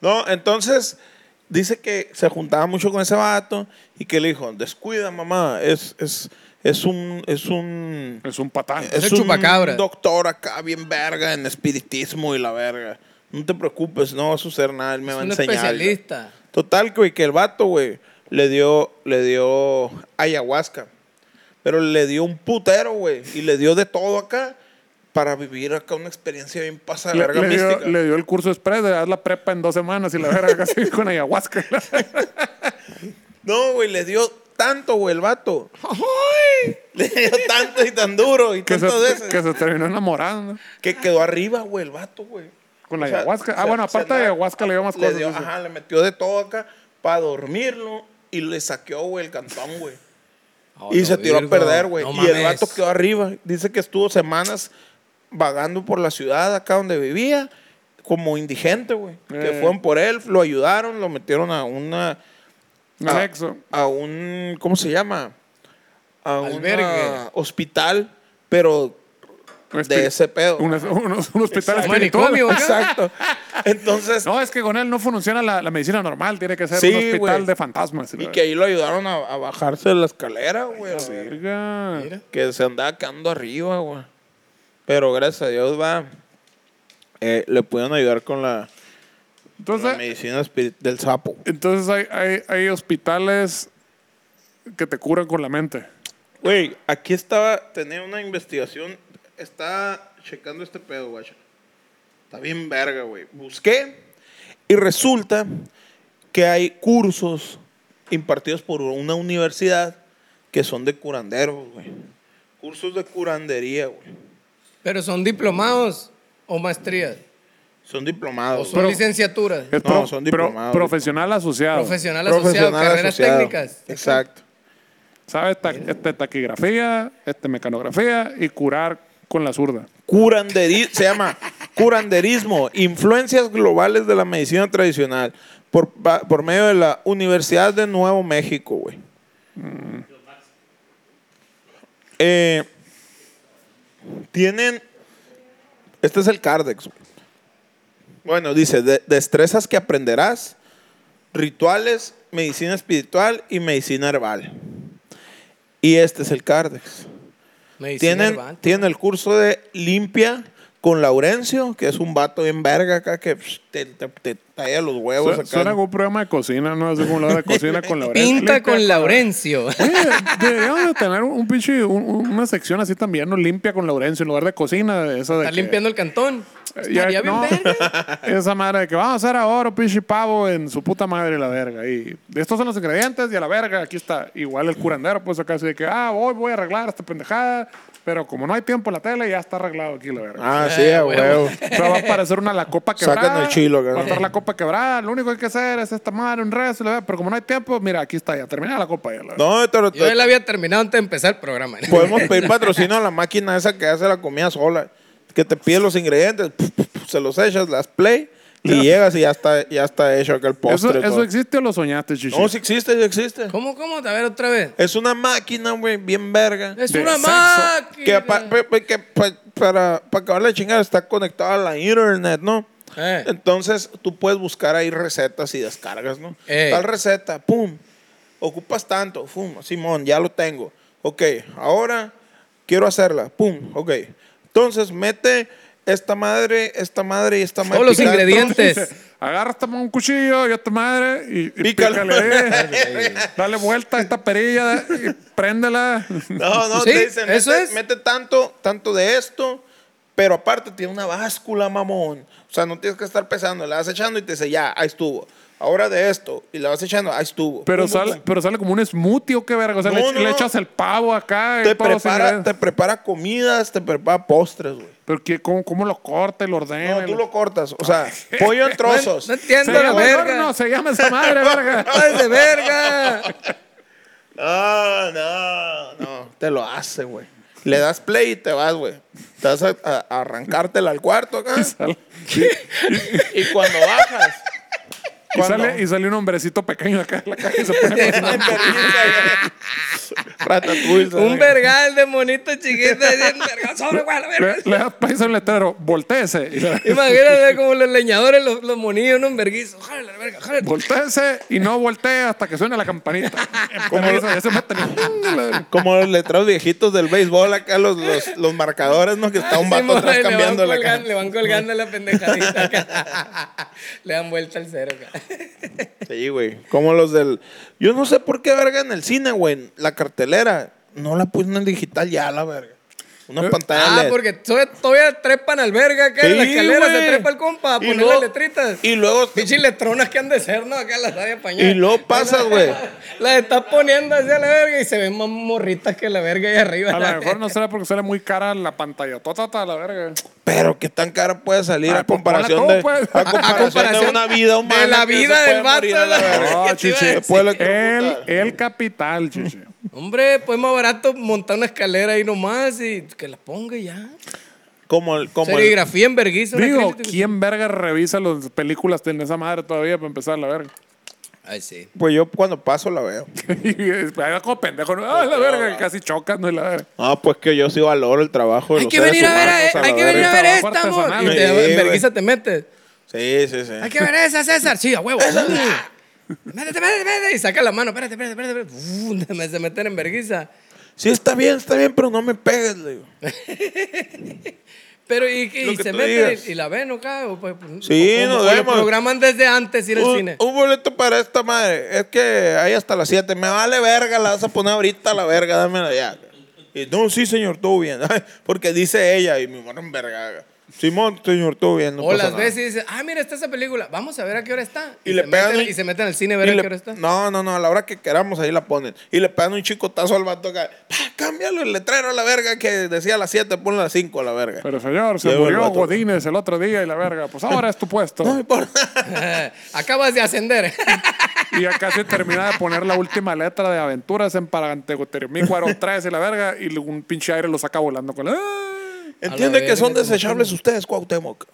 No, entonces dice que se juntaba mucho con ese vato y que le dijo, descuida mamá, es, es, es un... Es un Es un patán. Es el chupacabra. un doctor acá bien verga en espiritismo y la verga. No te preocupes, no va a suceder nada, él me es va a un enseñar. especialista. Total, güey, que el vato, güey, le dio, le dio ayahuasca. Pero le dio un putero, güey. Y le dio de todo acá para vivir acá una experiencia bien pasada de Le, verga le dio, mística. le dio el curso express de haz la prepa en dos semanas y la verga casi con ayahuasca. No, güey, le dio tanto, güey, el vato. Le dio tanto y tan duro y que, se, tantas veces. que Que, se terminó enamorando quedó arriba, güey, el vato, güey. con la O sea, ayahuasca. Ah, se- bueno, se aparte de andaba- ayahuasca le dio más le cosas. dio, dice. ajá, le metió de todo acá para dormirlo y le saqueó, güey, el cantón, güey. y se tiró a perder, güey. y el vato quedó arriba. Dice que estuvo semanas vagando por la ciudad, acá donde vivía, como indigente, güey. Que Eh. fueron por él, lo ayudaron, lo metieron a una. Un a- anexo. A un. ¿Cómo se llama? A un Albergue. hospital, pero Un espi- de ese pedo. Un, es- un- un hospital Exacto. espiritual. Manicomio. Exacto. Entonces. No, es que con él no funciona la, la medicina normal. Tiene que ser Sí, un hospital güey. de fantasmas. Y que ahí lo ayudaron a, a bajarse de la escalera, güey. a ver. Verga. que se andaba quedando arriba, güey. Pero gracias a Dios, va. eh, le pudieron ayudar con la, con la Entonces, medicina espiri- del sapo. entonces hay, hay, hay hospitales que te curan con la mente. Güey, aquí estaba, tenía una investigación. Estaba checando este pedo, güey. Está bien verga, güey. Busqué y resulta que hay cursos impartidos por una universidad que son de curanderos, güey. Cursos de curandería, güey. Pero son diplomados o maestrías. Son O diplomados. son güey. licenciaturas. Es No, pro- son pro- diplomados. profesional asociado. Profesional asociado, carreras asociado. técnicas. Exacto. ¿Sabes? Ta- este, taquigrafía, este, mecanografía y curar con la zurda. Curanderi- se llama curanderismo, influencias globales de la medicina tradicional por, pa- por medio de la Universidad de Nuevo México, güey. Eh, tienen, este es el Cardex. güey. Bueno, dice, de- destrezas que aprenderás, rituales, medicina espiritual y medicina herbal. Y este es el Cardex. Medicina Tienen, herbal. tienen el curso de limpia con Laurencio, que es un vato bien verga acá que psh, te, te, te talla los huevos Su- acá. Suena como un programa de cocina, ¿no? Así como la hora de cocina con la oreja. Pinta con Laurencio. Oye, deberíamos de tener un, un pinche, un- un- una sección así también, ¿no? Limpia con Laurencio en lugar de cocina. de Esa de Está que- limpiando el cantón. Eh, ya- Estaría bien no. verga. Esa madre de que vamos a hacer ahora un pinche pavo en su puta madre la verga. Y estos son los ingredientes y a la verga, aquí está. Igual el curandero, pues acá así de que, ah, hoy voy a arreglar esta pendejada, pero como no hay tiempo en la tele, ya está arreglado aquí la verga. Ah, sí, a Eh, huevo. huevo. O sea, va a aparecer una la copa Sacan quebrada. el chilo, cabrón. Va a estar la copa quebrada. Lo único que hay que hacer es esta madre, un rezo, y la verga, pero como no hay tiempo, mira, aquí está ya. Termina la copa ya. La verga. No, pero Yo ya la había terminado antes de empezar el programa. podemos pedir patrocinio a la máquina esa que hace la comida sola, que te pide los ingredientes, pf, pf, pf, se los echas, las play y llegas y ya está, ya está hecho acá el ¿Eso, postre. y eso todo. existe o lo soñaste, chichi? Oh, no, sí existe, sí existe. ¿Cómo, cómo? A ver, otra vez. Es una máquina, güey, bien verga. Es De una sexo. máquina. que, pa- pe- pe- que pa- para, para acabar la chingada está conectada a la internet, ¿no? Eh. Entonces tú puedes buscar ahí recetas y descargas, ¿no? Ey. Tal receta, pum, ocupas tanto, pum, Simón, ya lo tengo. Ok, ahora quiero hacerla, pum, ok. Entonces mete esta madre, esta madre y esta madre. Todos los picante. ingredientes. Agárrate un cuchillo y a tu madre y, y Pícalo. pícale ahí. Dale vuelta a esta perilla de- y préndela. No, no, Pues Sí, te dicen, eso mete, es. mete tanto, tanto de esto, pero aparte tiene una báscula, mamón. O sea, no tienes que estar pesando, la vas echando y te dice, ya, ahí estuvo. Ahora de esto, y la vas echando, ahí estuvo. Pero Pum, pum, sale, pum. pero sale como un smoothie o qué verga. O sea, No, le, no, le no. echas el pavo acá. y Te todos los prepara, te ingredientes. prepara comidas, te prepara postres, güey. Pero que, ¿cómo, ¿cómo lo corta y lo ordena? No, y tú lo- lo cortas. O sea, pollo en trozos. No Se entiendo la llama, verga. no, no, se llama esa madre, verga. ¡Ay, de verga! No, no, no. Te lo hace, güey. Le das play y te vas, güey. Te vas a, a- a arrancártela al cuarto acá. y cuando bajas. Y sale, y sale un hombrecito pequeño acá en la caja y se pone a cocinar. Ratatouille. Un vergal de monito chiquito diciendo, verga, sobre, güey, a la verga. le, le das país a un letrero, voltéese. Y le- Imagínate como los leñadores, los, los monillos, ¿no? un verguizo. Jálale, la verga, jálale. Voltéese y no voltee hasta que suene la campanita. Como ya se meten y- Como los letreros viejitos del béisbol, acá los, los, los marcadores, ¿no? Que está un Simón, vato atrás le van cambiando la colgando- Le van colgando la pendejadita acá. Le dan vuelta al cero acá. Sí, güey. Como los del. Yo no sé por qué, verga, en el cine, güey. La cartelera no la pusieron en digital ya, la verga. Una pantalla. Ah, LED. porque todavía, todavía trepan al verga acá en la Sí, escalera, güey. se trepa el compa a Y poner luego- las letritas. Y luego. Pinches letronas que han de ser, ¿no? Acá las hay apañadas. Y luego pasas, güey. Las estás poniendo hacia la verga y se ven más morritas que la verga ahí arriba. A la lo mejor no será porque sale muy cara la pantalla. Totata, la verga. Pero qué tan cara puede salir Ah, a comparación ponla de. tú, pues. A comparación, A comparación de una vida humana. de la que se vida puede del vato, morir a la verga. verga. No, ¿Qué te iba a chichi. decir? Puede El, electrocutar. el capital, chichi. Hombre, pues más barato montar una escalera ahí nomás y que la ponga y ya. Como el. Como el- Serigrafía en verguiza. una Digo, acrílica. ¿quién verga revisa las películas en esa madre todavía para empezar la verga? Ay, sí. Pues yo cuando paso la veo. Y es- ahí va como pendejo. ¿no? Ah, la verga, casi chocas, ¿no? Y la verga. Ah, pues que yo sí valoro el trabajo de Hay los que seres venir a ver, humanos, a- la hay que verga. venir a ver Trabajo esta, amor. Y artesanal, te- güey. en verguiza te metes. Sí, sí, sí. Hay que ver esa, César. Sí, a huevo. Métete, métete, métete. Y saca la mano. Espérate, espérate, espérate. espérate. Uf, se meten en verguiza. Sí, está bien, está bien, pero no me pegues, le digo. Pero y, y Lo que se tú meten digas. y, y la ven, ¿no? cago? Pues, pues, Sí, o- o- nos o lo vemos. programan desde antes ir al Un, cine. un boleto para esta madre. Es que hay hasta las 7. Me vale verga, la vas a poner ahorita la verga, dámela ya. Y no, sí, señor, todo bien. Porque dice ella y mi morra en verga. Simón, señor, todo bien. No o pasa las nada. veces y dices, ah, mira, está esa película. Vamos a ver a qué hora está. Y le se pegan meten- un- y se meten al cine a Y ver a le- qué hora está. No, no, no, a la hora que queramos ahí la ponen. Y le pegan un chicotazo al vato acá. Pa, Cámbialo el letrero a la verga que decía a las 7, ponlo a las 5 a la verga. Pero señor, se Llega el murió vato. Godínez el otro día y la verga. Pues ahora es tu puesto. No me importa. Acabas de ascender. Y ya casi termina de poner la última letra de Aventuras en Paragantegoterimí 3 y la verga. Y un pinche aire lo saca volando con la. ¡Ah! Entiende que verga, son como desechables ustedes, Cuauhtémoc.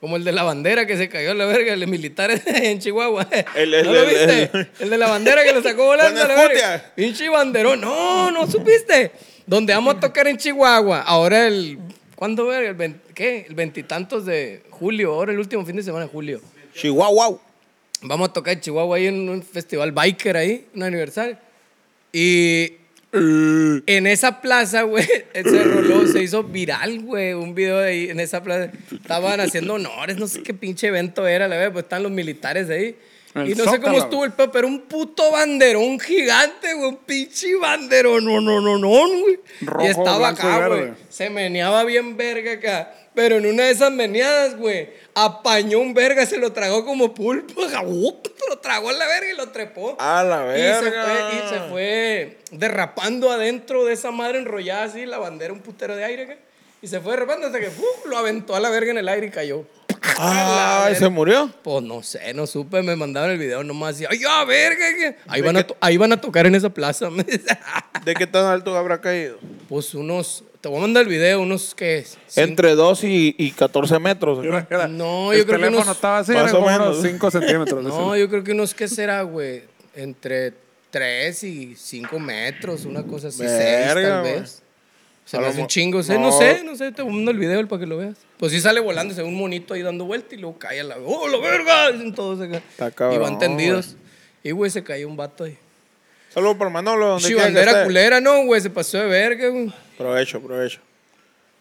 Como el de la bandera que se cayó a la verga, el de militares en Chihuahua. El- el- ¿No lo el- viste? el- El, de la bandera que lo sacó volando a Con la escotia. verga. Pinche banderón. No, no supiste. Donde vamos a tocar en Chihuahua. Ahora el. ¿Cuándo verga? El vein- ¿Qué? El veintitantos de julio. Ahora el último fin de semana de julio. Chihuahua. Vamos a tocar en Chihuahua ahí en un festival biker ahí, un aniversario. Y Eh. en esa plaza, güey, se roló, se hizo viral, güey, un video de ahí en esa plaza. Estaban haciendo honores, no sé qué pinche evento era, la verdad, pues están los militares ahí. El y no sé Zócalo. cómo estuvo el pedo, pero un puto banderón gigante, güey, un pinche banderón, no, no, no, no, güey. Rojo, y estaba blanco y acá, verde. güey. Se meneaba bien verga acá. Pero en una de esas meneadas, güey, apañó un verga, se lo tragó como pulpo. ¡up! Lo tragó a la verga y lo trepó. Ah, A la Y se verga. fue, y se fue derrapando adentro de esa madre enrollada así, la bandera, un putero de aire. acá. Y se fue derrapando hasta que ¡puf! lo aventó a la verga en el aire y cayó. A la Ay, Ah, se verga. murió. Pues no sé, no supe, me mandaron el video nomás y, ay, ya, verga, que- ahí van, a to- ahí van a tocar en esa plaza. me dice. ¿De qué tan alto habrá caído? pues unos, te voy a mandar el video, unos que... Entre 2 y, y 14 metros. Era- era- No, el yo creo que teléfono unos- estaba así, Más era o como unos menos. 5 centímetros. No, yo creo que unos, ¿qué será, güey? Entre 3 y 5 metros, una cosa así, 6 Verga, tal güey. vez. Se A me lo hace un mo- chingo, sé, no. no. sé, no sé, te mando el video para que lo veas. Pues sí sale volando, se ve un monito ahí dando vuelta y luego cae a la... ¡Oh, la verga! Dicen todos acá. Está cabrón, y van tendidos. Y, güey, se cayó un vato ahí. Saludos para Manolo, donde Sí, quiera que bandera esté. culera, no, güey, se pasó de verga, güey. Provecho, provecho.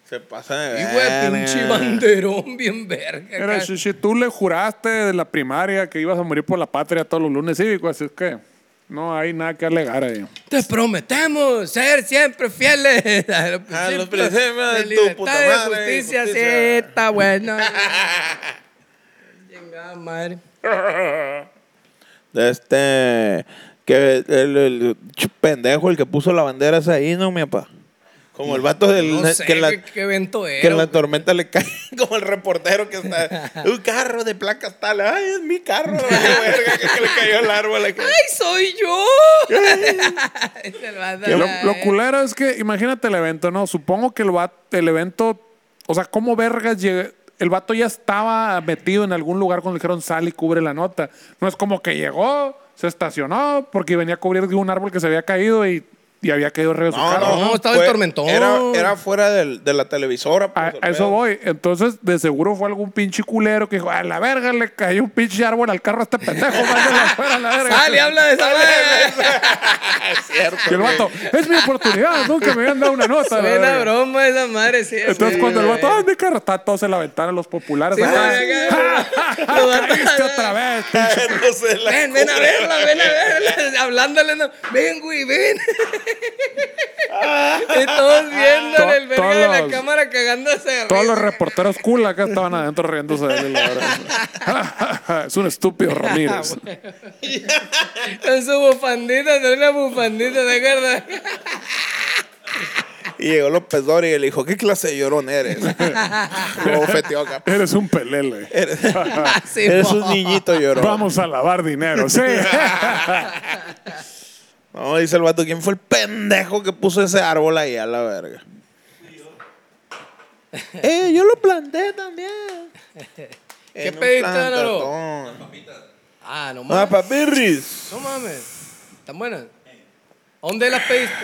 Se pasa de Y güey, verga. pinche banderón bien verga. Mira, acá. Shishi, tú le juraste de la primaria que ibas a morir por la patria todos los lunes cívicos, así es que no hay nada que alegar ahí. Te prometemos ser siempre fieles a los A los principios principios de de tu puta libertad y madre, justicia. Sí, justicia. está bueno. Chingada madre. De este. Que el, el ch- pendejo, el que puso la bandera esa ahí, ¿no, mi papá? Como el vato del, No sé que, la, qué, qué evento era. que en la güey. tormenta le cae. Como el reportero que está. Un carro de placas tal. Ay, es mi carro. la verga, que, que le cayó el árbol. acá. ¡Ay, soy yo! Se lo vas a Lo, dar, lo eh. culero es que, imagínate el evento, ¿no? Supongo que el, va- el evento, o sea, ¿cómo vergas llega- El vato ya estaba metido en algún lugar cuando le dijeron sal y cubre la nota. No es como que llegó, se estacionó porque venía a cubrir de un árbol que se había caído y, y había caído arriba de su carro. no, estaba el tormentón. Era, era fuera del- de la televisora. A, pues, a el Ah, eso pedo. voy. Entonces, de seguro fue algún pinche culero que dijo, a la verga, le cayó un pinche árbol al carro a este pendejo, mándalo afuera a la verga. ¡Sale, habla de esa madre! Es cierto. Y el vato, es mi oportunidad, nunca me habían dado una nota. la Suena verga". broma esa madre, sí. Entonces, sí, cuando el güey. vato, ah, ¡ay, mi carro! Está todos en la ventana los populares. Sí, acá. güey, ¡Ja, acá, ja, ja! Lo van a- ¡Caíste otra vez! pinche! No sé, la Ven, ven a verla, ven a verla. Hablándole, no. ven, güey, ven. y todos viendo en el To- verga de la todos. cámara cagándose. de Todos risa. los reporteros cool acá estaban adentro riéndose de él. la verga. es un estúpido Ah, Ramírez. Con su bufandita, con una bufandita, ¿te acuerdas? Y llegó López Dori y le dijo, ¿qué clase de llorón eres? Lo bofeteó acá. Eres un pelele. Eres, Sí, eres po. un niñito llorón. Vamos a lavar dinero. Sí. No, dice el vato, ¿quién fue el pendejo que puso ese árbol ahí a la verga? eh, yo lo planté también. ¿Qué En un pediste, plantatón. Ah, no Ah, mames. papirris. No mames. ¿Están buenas? ¿A ¿Dónde las pediste?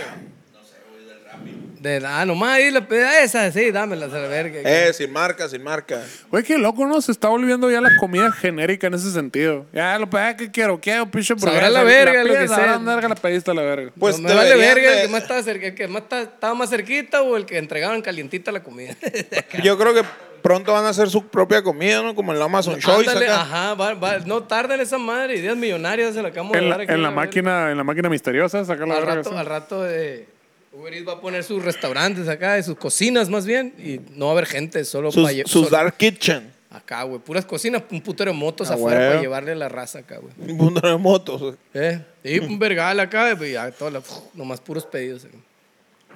De, ah, nomás ahí la pedí. Ah, Esa, sí, dámelas a la verga. Eh, sin marca, sin marca. Güey, qué loco, ¿no? Se está volviendo ya la comida genérica en ese sentido. Ya, lo pedí, ¿qué quiero? Quiero pinche Sabrá hamburguesa. la verga, lo pides, que sabrá sea. la verga, la pediste a la verga. Pues no me vale deberían verga el de- que más estaba cerca, el que más ta- estaba más cerquita o el que entregaban calientita la comida. Yo creo que pronto van a hacer su propia comida, ¿no? Como en la Amazon Choice Ándale, acá. ajá, va- va- no tardan esa madre, ideas millonarias se la acabamos de En dar la, aquí, en la a ver. máquina, en la máquina misteriosa, saca la Al verga. rato, sí. al rato de Uber Eats va a poner sus restaurantes acá, de sus cocinas más bien, y no va a haber gente, solo Sus, para lle- sus solo- Dark Kitchen. Acá, güey, puras cocinas, un putero de motos Ah, afuera para güey. llevarle la raza acá, güey. Un mundo de motos. ¿Eh? Y un vergal acá, y ya, toda la- nomás puros pedidos. acá.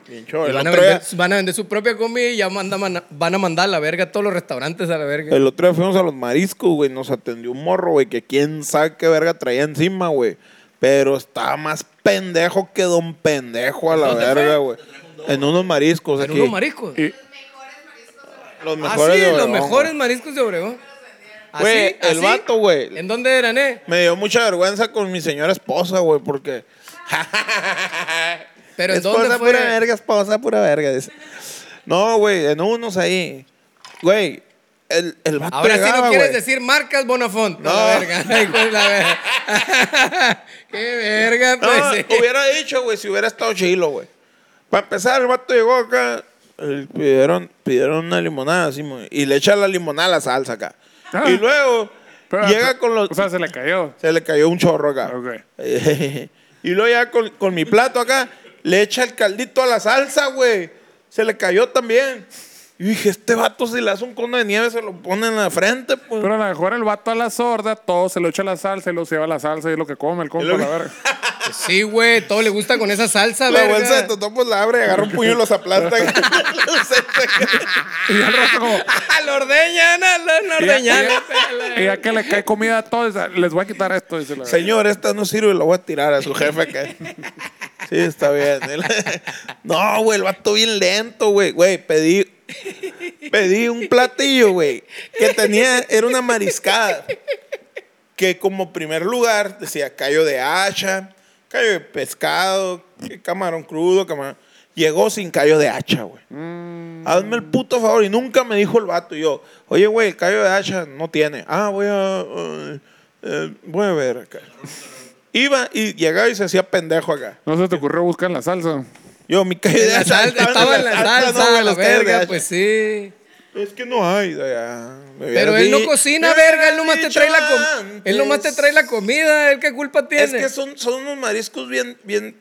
Bien chido. Y El van, a otro día- vender, van a vender su propia comida y ya manda- mana- van a mandar a la verga a todos los restaurantes a la verga. El otro día fuimos a los mariscos, güey. Nos atendió un morro, güey, que quién sabe qué verga traía encima, güey. Pero estaba más pendejo que don pendejo a la verga, güey. En unos mariscos Pero aquí. unos mariscos. Y- Los mejores Así, de los Obregón, mejores Ah, güey. mariscos de Obregón. Así, Güey, el así. vato, güey. ¿En dónde eran, eh? Me dio mucha vergüenza con mi señora esposa, güey, porque. Pero ¿en esposa dónde fue? pura verga, esposa pura verga. dice. No, güey, en unos ahí. Güey, el, el vato Ahora sí llegaba, no quieres güey. decir marcas Bonafont. No. No. La verga. Ay, pues, la verga. Qué verga, No, pues. sí. Ah, hubiera dicho, güey, si hubiera estado chilo, güey. Para empezar, el vato llegó acá, el- pidieron, pidieron una limonada, así, mo- y le echa la limonada a la salsa acá. Ah. Y luego Pero, llega con los... O sea, se le cayó. se le cayó un chorro acá. Ok. y luego llega con, con mi plato acá, le echa el caldito a la salsa, güey. Se le cayó también. Y dije, este vato si le hace un cono de nieve se lo pone en la frente, pues. Pero a lo mejor el vato a la sorda, todo se lo echa la salsa y lo lleva la salsa y es lo que come el compa, lo la que- verga. Sí, güey, todo le gusta con esa salsa, la verga. bolsa de Totó, pues la abre, agarra un puño y los aplasta. Los saca. Y al rato como, Ah, lo ordeñan, ah, lo y ordeñan. ya- y ya que le cae comida a todos, dice, les voy a quitar esto, dice la verga. Señor, esta no sirve, la voy a tirar a su jefe que Sí, está bien. No, güey, el vato bien lento, güey. Güey, pedí, pedí un platillo, güey, que tenía, era una mariscada. Que como primer lugar decía callo de hacha, callo de pescado, que camarón crudo, camarón. Llegó sin callo de hacha, güey. Hazme el puto favor. Y nunca me dijo el vato. Y yo, oye, güey, el callo de hacha no tiene. Ah, voy a. eh, eh, voy a ver acá. Iba y llegaba y se hacía pendejo acá. No se te ocurrió buscar en la salsa. Yo, mi calle de La asalto. salsa, estaba en la salsa, güey, la los calle de verga, asalto. pues sí. Es que no hay. allá. Me Pero hubieras él no di- cocina, me verga, hubieras él nomás te dicho trae la comida. Él nomás te antes. trae la comida, él qué culpa tiene. Es que son, son unos mariscos bien, bien.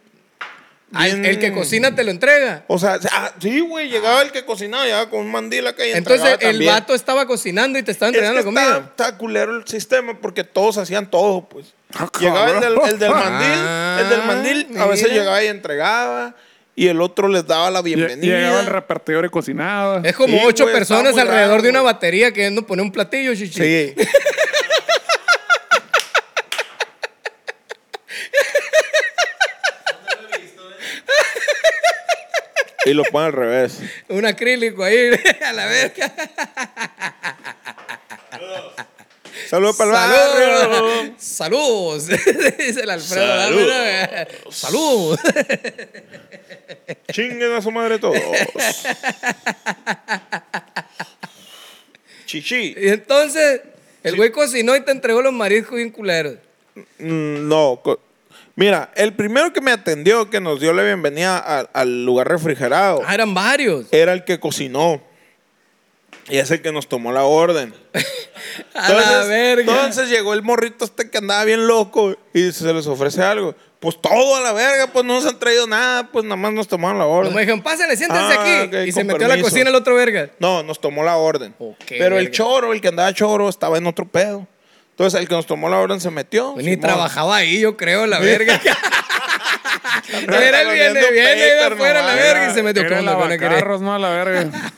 Ah, el- bien- el que cocina te lo entrega. O sea, ah, sí, güey, llegaba el que cocinaba, llegaba con un mandil acá y Entonces entregaba el también. vato estaba cocinando y te estaba Es que entregando está, comida. está culero el sistema porque todos hacían todo, pues. Ah, llegaba el del, el cabrón. del Ah, mandil, el del mandil, a veces mira. llegaba y entregaba, y el otro les daba la Lle- bienvenida. Llegaba el repartidor y cocinaba. Es como Sí, ocho güey, está personas muy alrededor raro, de una güey. batería queriendo poner un platillo, chichi. Sí. Y lo ponen al revés. Un acrílico ahí, a la verga. Saludos para el barrio. Saludos. Saludos. Dice el Alfredo. Saludos. Dávila. Saludos. Chinguen a su madre todos. Chichi. Y entonces, el güey cocinó y te entregó los mariscos bien culeros. Mm, No. co- Mira, el primero que me atendió, que nos dio la bienvenida a- al lugar refrigerado, Ah, eran varios. era el que cocinó. Y es el que nos tomó la orden. A la verga. entonces llegó el morrito este que andaba bien loco y se les ofrece algo. Pues todo a la verga, pues no nos han traído nada, pues nada más nos tomaron la Como orden. dijeron, pásenle, siéntense Ah, aquí. ok, y con se metió a la permiso. cocina el otro verga. No, nos tomó la orden. Oh, qué Pero el verga. choro, el que andaba choro, estaba en otro pedo. Entonces el que nos tomó la orden se metió. Ni Simón. trabajaba ahí, yo creo, la verga. Era el viene, Oliendo viene, iba paper afuera la nomás. verga y se metió Era con la buena querer. lavacarros, ¿no? A la verga. Ah,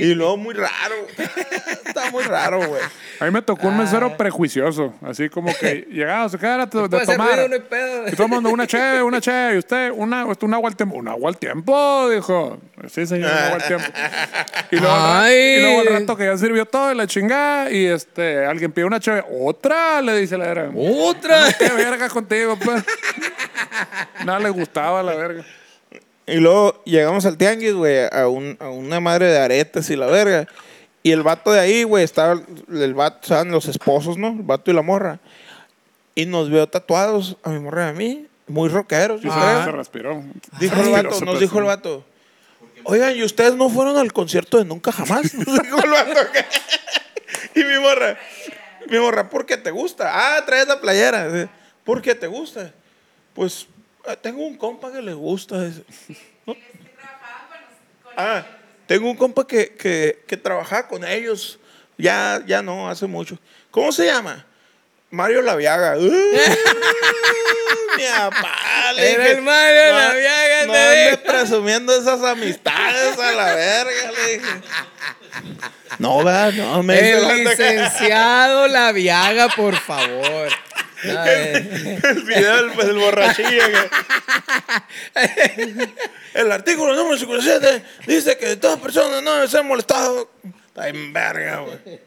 Y luego muy raro. Está muy raro, güey. A mí me tocó un mesero prejuicioso. Así como que llegaba a su cara de Ah. Puede ser tomar. ruido, Pues no hay pedo. Y todo el mundo, una cheve, una cheve. Y usted, una, un agua al tiempo. Un agua al tiempo, dijo. Sí, señor, un agua al tiempo. Y luego, al ra- Ay. y luego al rato que ya sirvió todo y la chingada. Y este, alguien pide una cheve. Otra, le dice la verga. Oh. Otra. ¿Qué verga contigo, pues? Nada le gustaba la verga. Y luego llegamos al tianguis, güey, a, un- a una madre de aretes y la verga. Y el vato de ahí, güey, estaba el vato, estaban los esposos, ¿no? El vato y la morra. Y nos veo tatuados a mi morra y a mí, muy rockeros, yo Ah, Se creo. respiró. Dijo Se el respiró, pues. vato, se nos dijo el vato. Oigan, ¿y ustedes no fueron al concierto de Nunca Jamás? Nos dijo el vato acá. Y mi morra, mi morra, ¿por qué te gusta? Ah, traes la playera. Dice, ¿Por qué te gusta? Pues ah, tengo un compa que le gusta. Dice, "No". Ah, tengo un compa que, que, que trabajaba con ellos. Ya, ya no, hace mucho. ¿Cómo se llama? Mario Laviaga. ¡Uh! Mi papá, le Era dije, el Mario "No- Laviaga, No te ande digo". presumiendo esas amistades a la verga, le dije. No, va, no, me dice la El otra cara. licenciado La Viaga, por favor. A ver. El video del el borrachillo. que- El artículo número 57 dice que todas personas no deben ser molestadas. Está en verga, güey.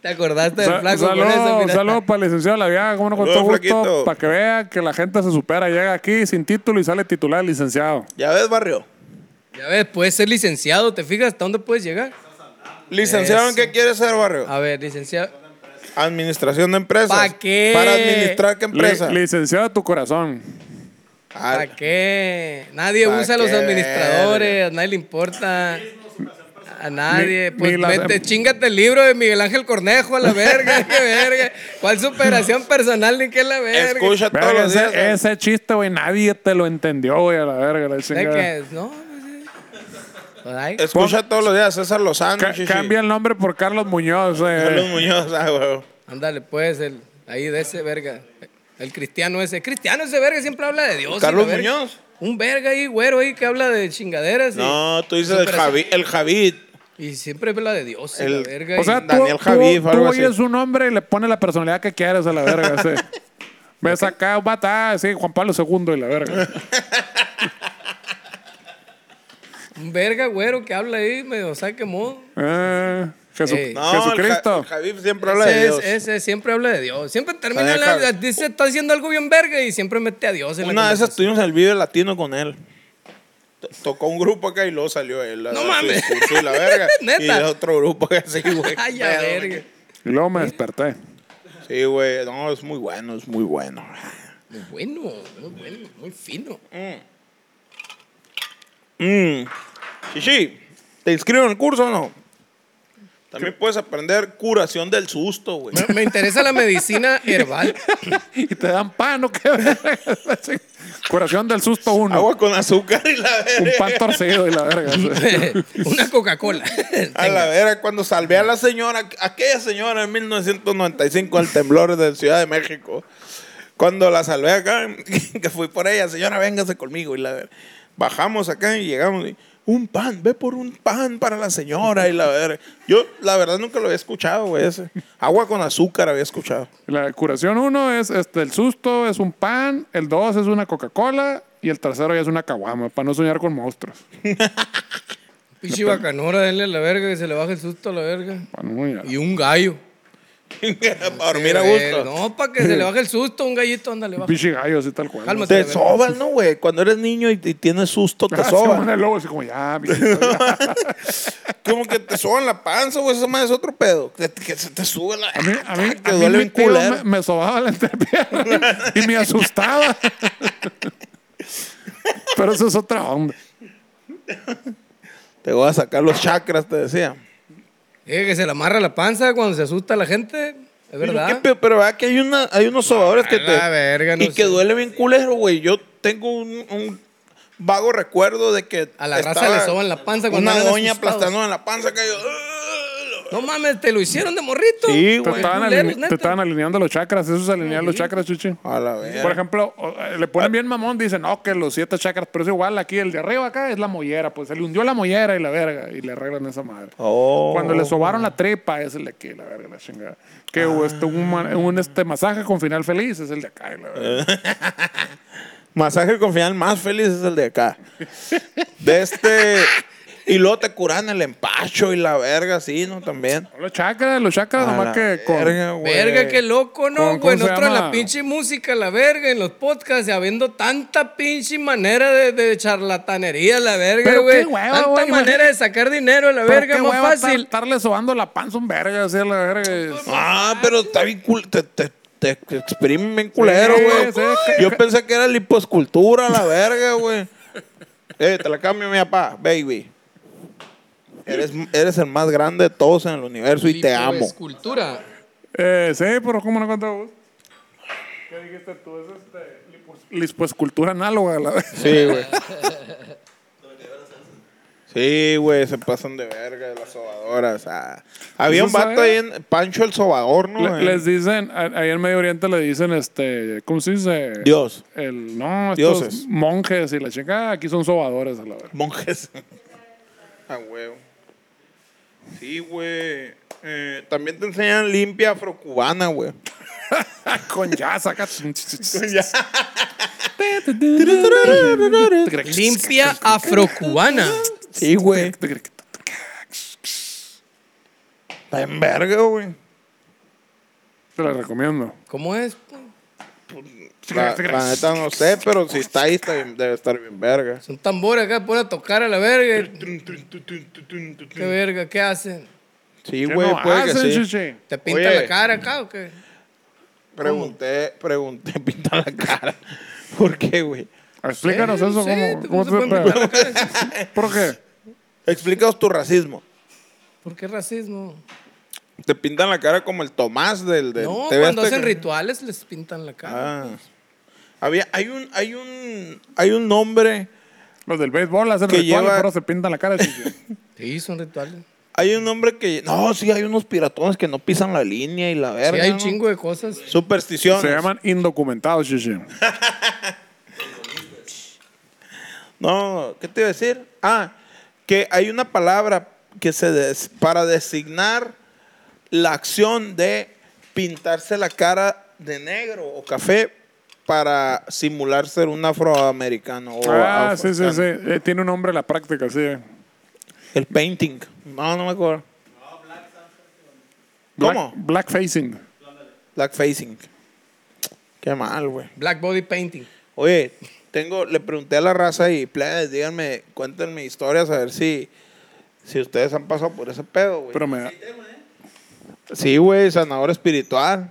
¿Te acordaste del Sa- flaco saludo, con eso? mira? saludo para el licenciado Laviaga, como no con Saludo, todo gusto, flaquito. para que vea que la gente se supera, llega aquí sin título y sale titular licenciado. Ya ves, barrio. Ya ves, puedes ser licenciado, ¿te fijas hasta dónde puedes llegar? Licenciado, ¿en Eso. qué quieres ser, barrio? A ver, licenciado. Administración de empresas. ¿Pa' qué? Ah. Para administrar qué empresa. Li- licenciado de tu corazón. Ah, ¿Para qué? Nadie ¿Pa' usa a los qué? administradores, a nadie le importa. A nadie. Ni- pues ni las- vete, chingate el libro de Miguel Ángel Cornejo, a la verga, qué verga. ¿Cuál superación personal ni qué la verga? escucha todos Verga, los días. ese, ese chiste, güey, nadie te lo entendió, güey, a la verga. La ¿De chingada. qué es? No, pues, sí. Pues, ay. eh. Escucha todos los días César Lozano. Ca- chichi. cambia el nombre por Carlos Muñoz. eh. Carlos Muñoz, ah, huevo. Ándale, pues, el, ahí de ese verga. El cristiano ese. Cristiano ese verga siempre habla de Dios. y ¿Carlos la verga. Muñoz? Un verga ahí, güero ahí, que habla de chingaderas. y- No, tú dices el, Superación. Javi, el Javid. Y, siempre habla de Dios. y El- la verga. O sea, y- tú, Daniel Javif, tú, algo tú así. oyes un nombre y le pones la personalidad que quieres a la verga. sí. Ves acá, bata, sí, Juan Pablo II y la verga. un verga, güero, que habla ahí, medio, o sea, que modo. Eh, Jesu- Ey. No, el Ja- Jesucristo. el Javid siempre habla de ese, Dios. es- ese siempre habla de Dios. Siempre termina, Daniel la- Javif. dice, está haciendo algo bien verga y siempre mete a Dios en la Una de esas conversación. tuvimos el Vive Latino con él. T- Tocó un grupo acá y luego salió él. a No dar su mames. discurso Y la verga. Neta. Y otro grupo que así, güey. Ay, a Pedo, verga. Y luego me desperté. Sí, güey. No, es muy bueno, es muy bueno. Muy bueno, muy bueno, muy fino. Mm. Shishi, ¿te inscriben en el curso o no? También puedes aprender curación del susto, güey. Me- Me interesa la medicina herbal. Y te dan pan, ¿o qué? Curación del susto uno. Agua con azúcar y la Un pan verga. torcido y la verga. Una Coca-Cola. A la verga, cuando salvé a la señora, aquella señora en 1995 al temblor de Ciudad de México. Cuando la salvé acá, que fui por ella, señora, véngase conmigo. Y la verga. Bajamos acá y llegamos. y, un pan, ve por un pan para la señora. Y la verga. Yo, la verdad, nunca lo había escuchado, güey. ese. Agua con azúcar había escuchado. La curación uno es este, el susto, es un pan. El dos es una Coca-Cola. Y el tercero ya es una caguama, para no soñar con monstruos. Pichi bacanora, denle a la verga que se le baje el susto a la verga. Para no soñar. Y un gallo. Eh, para dormir a gusto. No, para que se le baje el susto, un gallito, ándale, baja. Pichi gallo, así tal cual. ¿no? Cálmate. Te soban, ¿no, güey? Cuando eres niño y, y tienes susto, te Ah, se soban. pone el lobo así como, ya, mijito, ya. Como que te soban la panza, güey. Esa madre es otro pedo. Que, que se te sube la. A mí, a mí, te a mí duele mi un tío culero. me, me sobaba la entrepierna y me asustaba. Pero eso es otra onda. Te voy a sacar los chakras, te decía. Eh, que se le amarra la panza cuando se asusta a la gente. Es ¿Qué verdad. pedo? Pero ¿verdad que hay, una, hay unos sobadores que la te. verga, no y que sé. duele bien culero, güey. Yo tengo un, un vago recuerdo de que. A la raza le soban la panza cuando Una andan doña asustados. aplastándome en la panza que yo. "Ah, No mames, te lo hicieron de morrito. Sí, Te güey. estaban, culeros, aline- neta. te estaban alineando los chakras. Eso es alinear los chakras, chuchi. A la verga. Por ejemplo, o- eh, le ponen bien mamón, dicen, no, que los siete chakras, pero es igual aquí, el de arriba acá es la mollera, pues se le hundió la mollera y la verga, y le arreglan esa madre. Oh. Cuando le sobaron la tripa, es el de aquí, la verga, la chingada. Que hubo este, un, ma- un, este masaje con final feliz, es el de acá, y la Eh. verga. Masaje con final más feliz es el de acá. De este. Y luego te curan el empacho y la verga, sí, ¿no? También. Los chakras, los chakras, A la nomás que con, verga, güey. Verga, qué loco, ¿no? ¿Cómo- Güey, cómo se nosotros en la llama? pinche música, la verga, en los podcasts, y habiendo tanta pinche manera de, de charlatanería, la verga, Pero güey. qué hueva, tanta güey, manera de sacar dinero, la Pero verga, qué más hueva estar- fácil. Estarle sobando la panza a un verga, así, la verga. Ah, pero está bien cool. Te, te, te exprimen bien culero, Sí, güey. sí, que- Yo pensé que era liposcultura, la verga, güey. Eh, te la cambio, mi papá, baby. Eres, eres el más grande de todos en el universo y te amo. Escultura. Eh, sí, pero ¿cómo no contaba vos? ¿Qué dijiste tú? Es este. Lispoescultura análoga, la verga. Sí, güey. Sí, güey, se pasan de verga las sobadoras. ah. Había Eso un vato ahí sabe. en Pancho el Sobador, ¿no? Le- En- les dicen, a- ahí en Medio Oriente le dicen, este, ¿cómo se dice? Dios, El, no, estos Dioses. monjes y la chica, "Ah, aquí son sobadores, a la verga. monjes. ah, huevo. Sí, güey. Eh, también te enseñan limpia afrocubana, güey. Ah, Con jazz acá. Limpia afrocubana. Sí, güey. Está en verga, güey. Te la recomiendo. ¿Cómo es? La, la neta no sé, pero si está ahí, está bien- debe estar bien verga. Son tambores acá, pone a tocar a la verga. ¿Qué verga? ¿Qué hacen? Sí, ¿Qué güey, no puede que hacen, sí. chichi? ¿Te pinta Oye. la cara acá o qué? Pregunté, pregunté, pinta la cara. ¿Por qué, güey? Explícanos Eh, no eso, sé, ¿cómo, pues, ¿tú cómo se te pueden pintar la cara? ¿Por qué? Explícaos tu racismo. ¿Por qué racismo? Te pintan la cara como el Tomás del, del No, TV cuando Azteca. hacen rituales les pintan la cara. Ah. Había, hay un, hay un, hay un nombre, Los del béisbol hacen Que rituales, lleva- pero se pintan la cara, chichi. Sí, son rituales. hay un nombre que, no, sí, hay unos piratones que no pisan la línea y la verga. Sí, hay un ¿no? chingo de cosas. Supersticiones. Se llaman indocumentados, chichi. No, ¿qué te iba a decir? Ah, que hay una palabra que se des- para designar la acción de pintarse la cara de negro o café para simular ser un afroamericano o Ah, sí, sí, afroafricano. sí. Eh, tiene un nombre la práctica, sí. El painting. No, no me acuerdo. Black- ¿Cómo? Black facing. Black facing. Qué mal, güey. Black body painting. Oye, tengo, le pregunté a la raza y plebes, díganme, cuéntenme historias a ver si, si ustedes han pasado por ese pedo, güey. Pero me da. Sí, güey, sanador espiritual.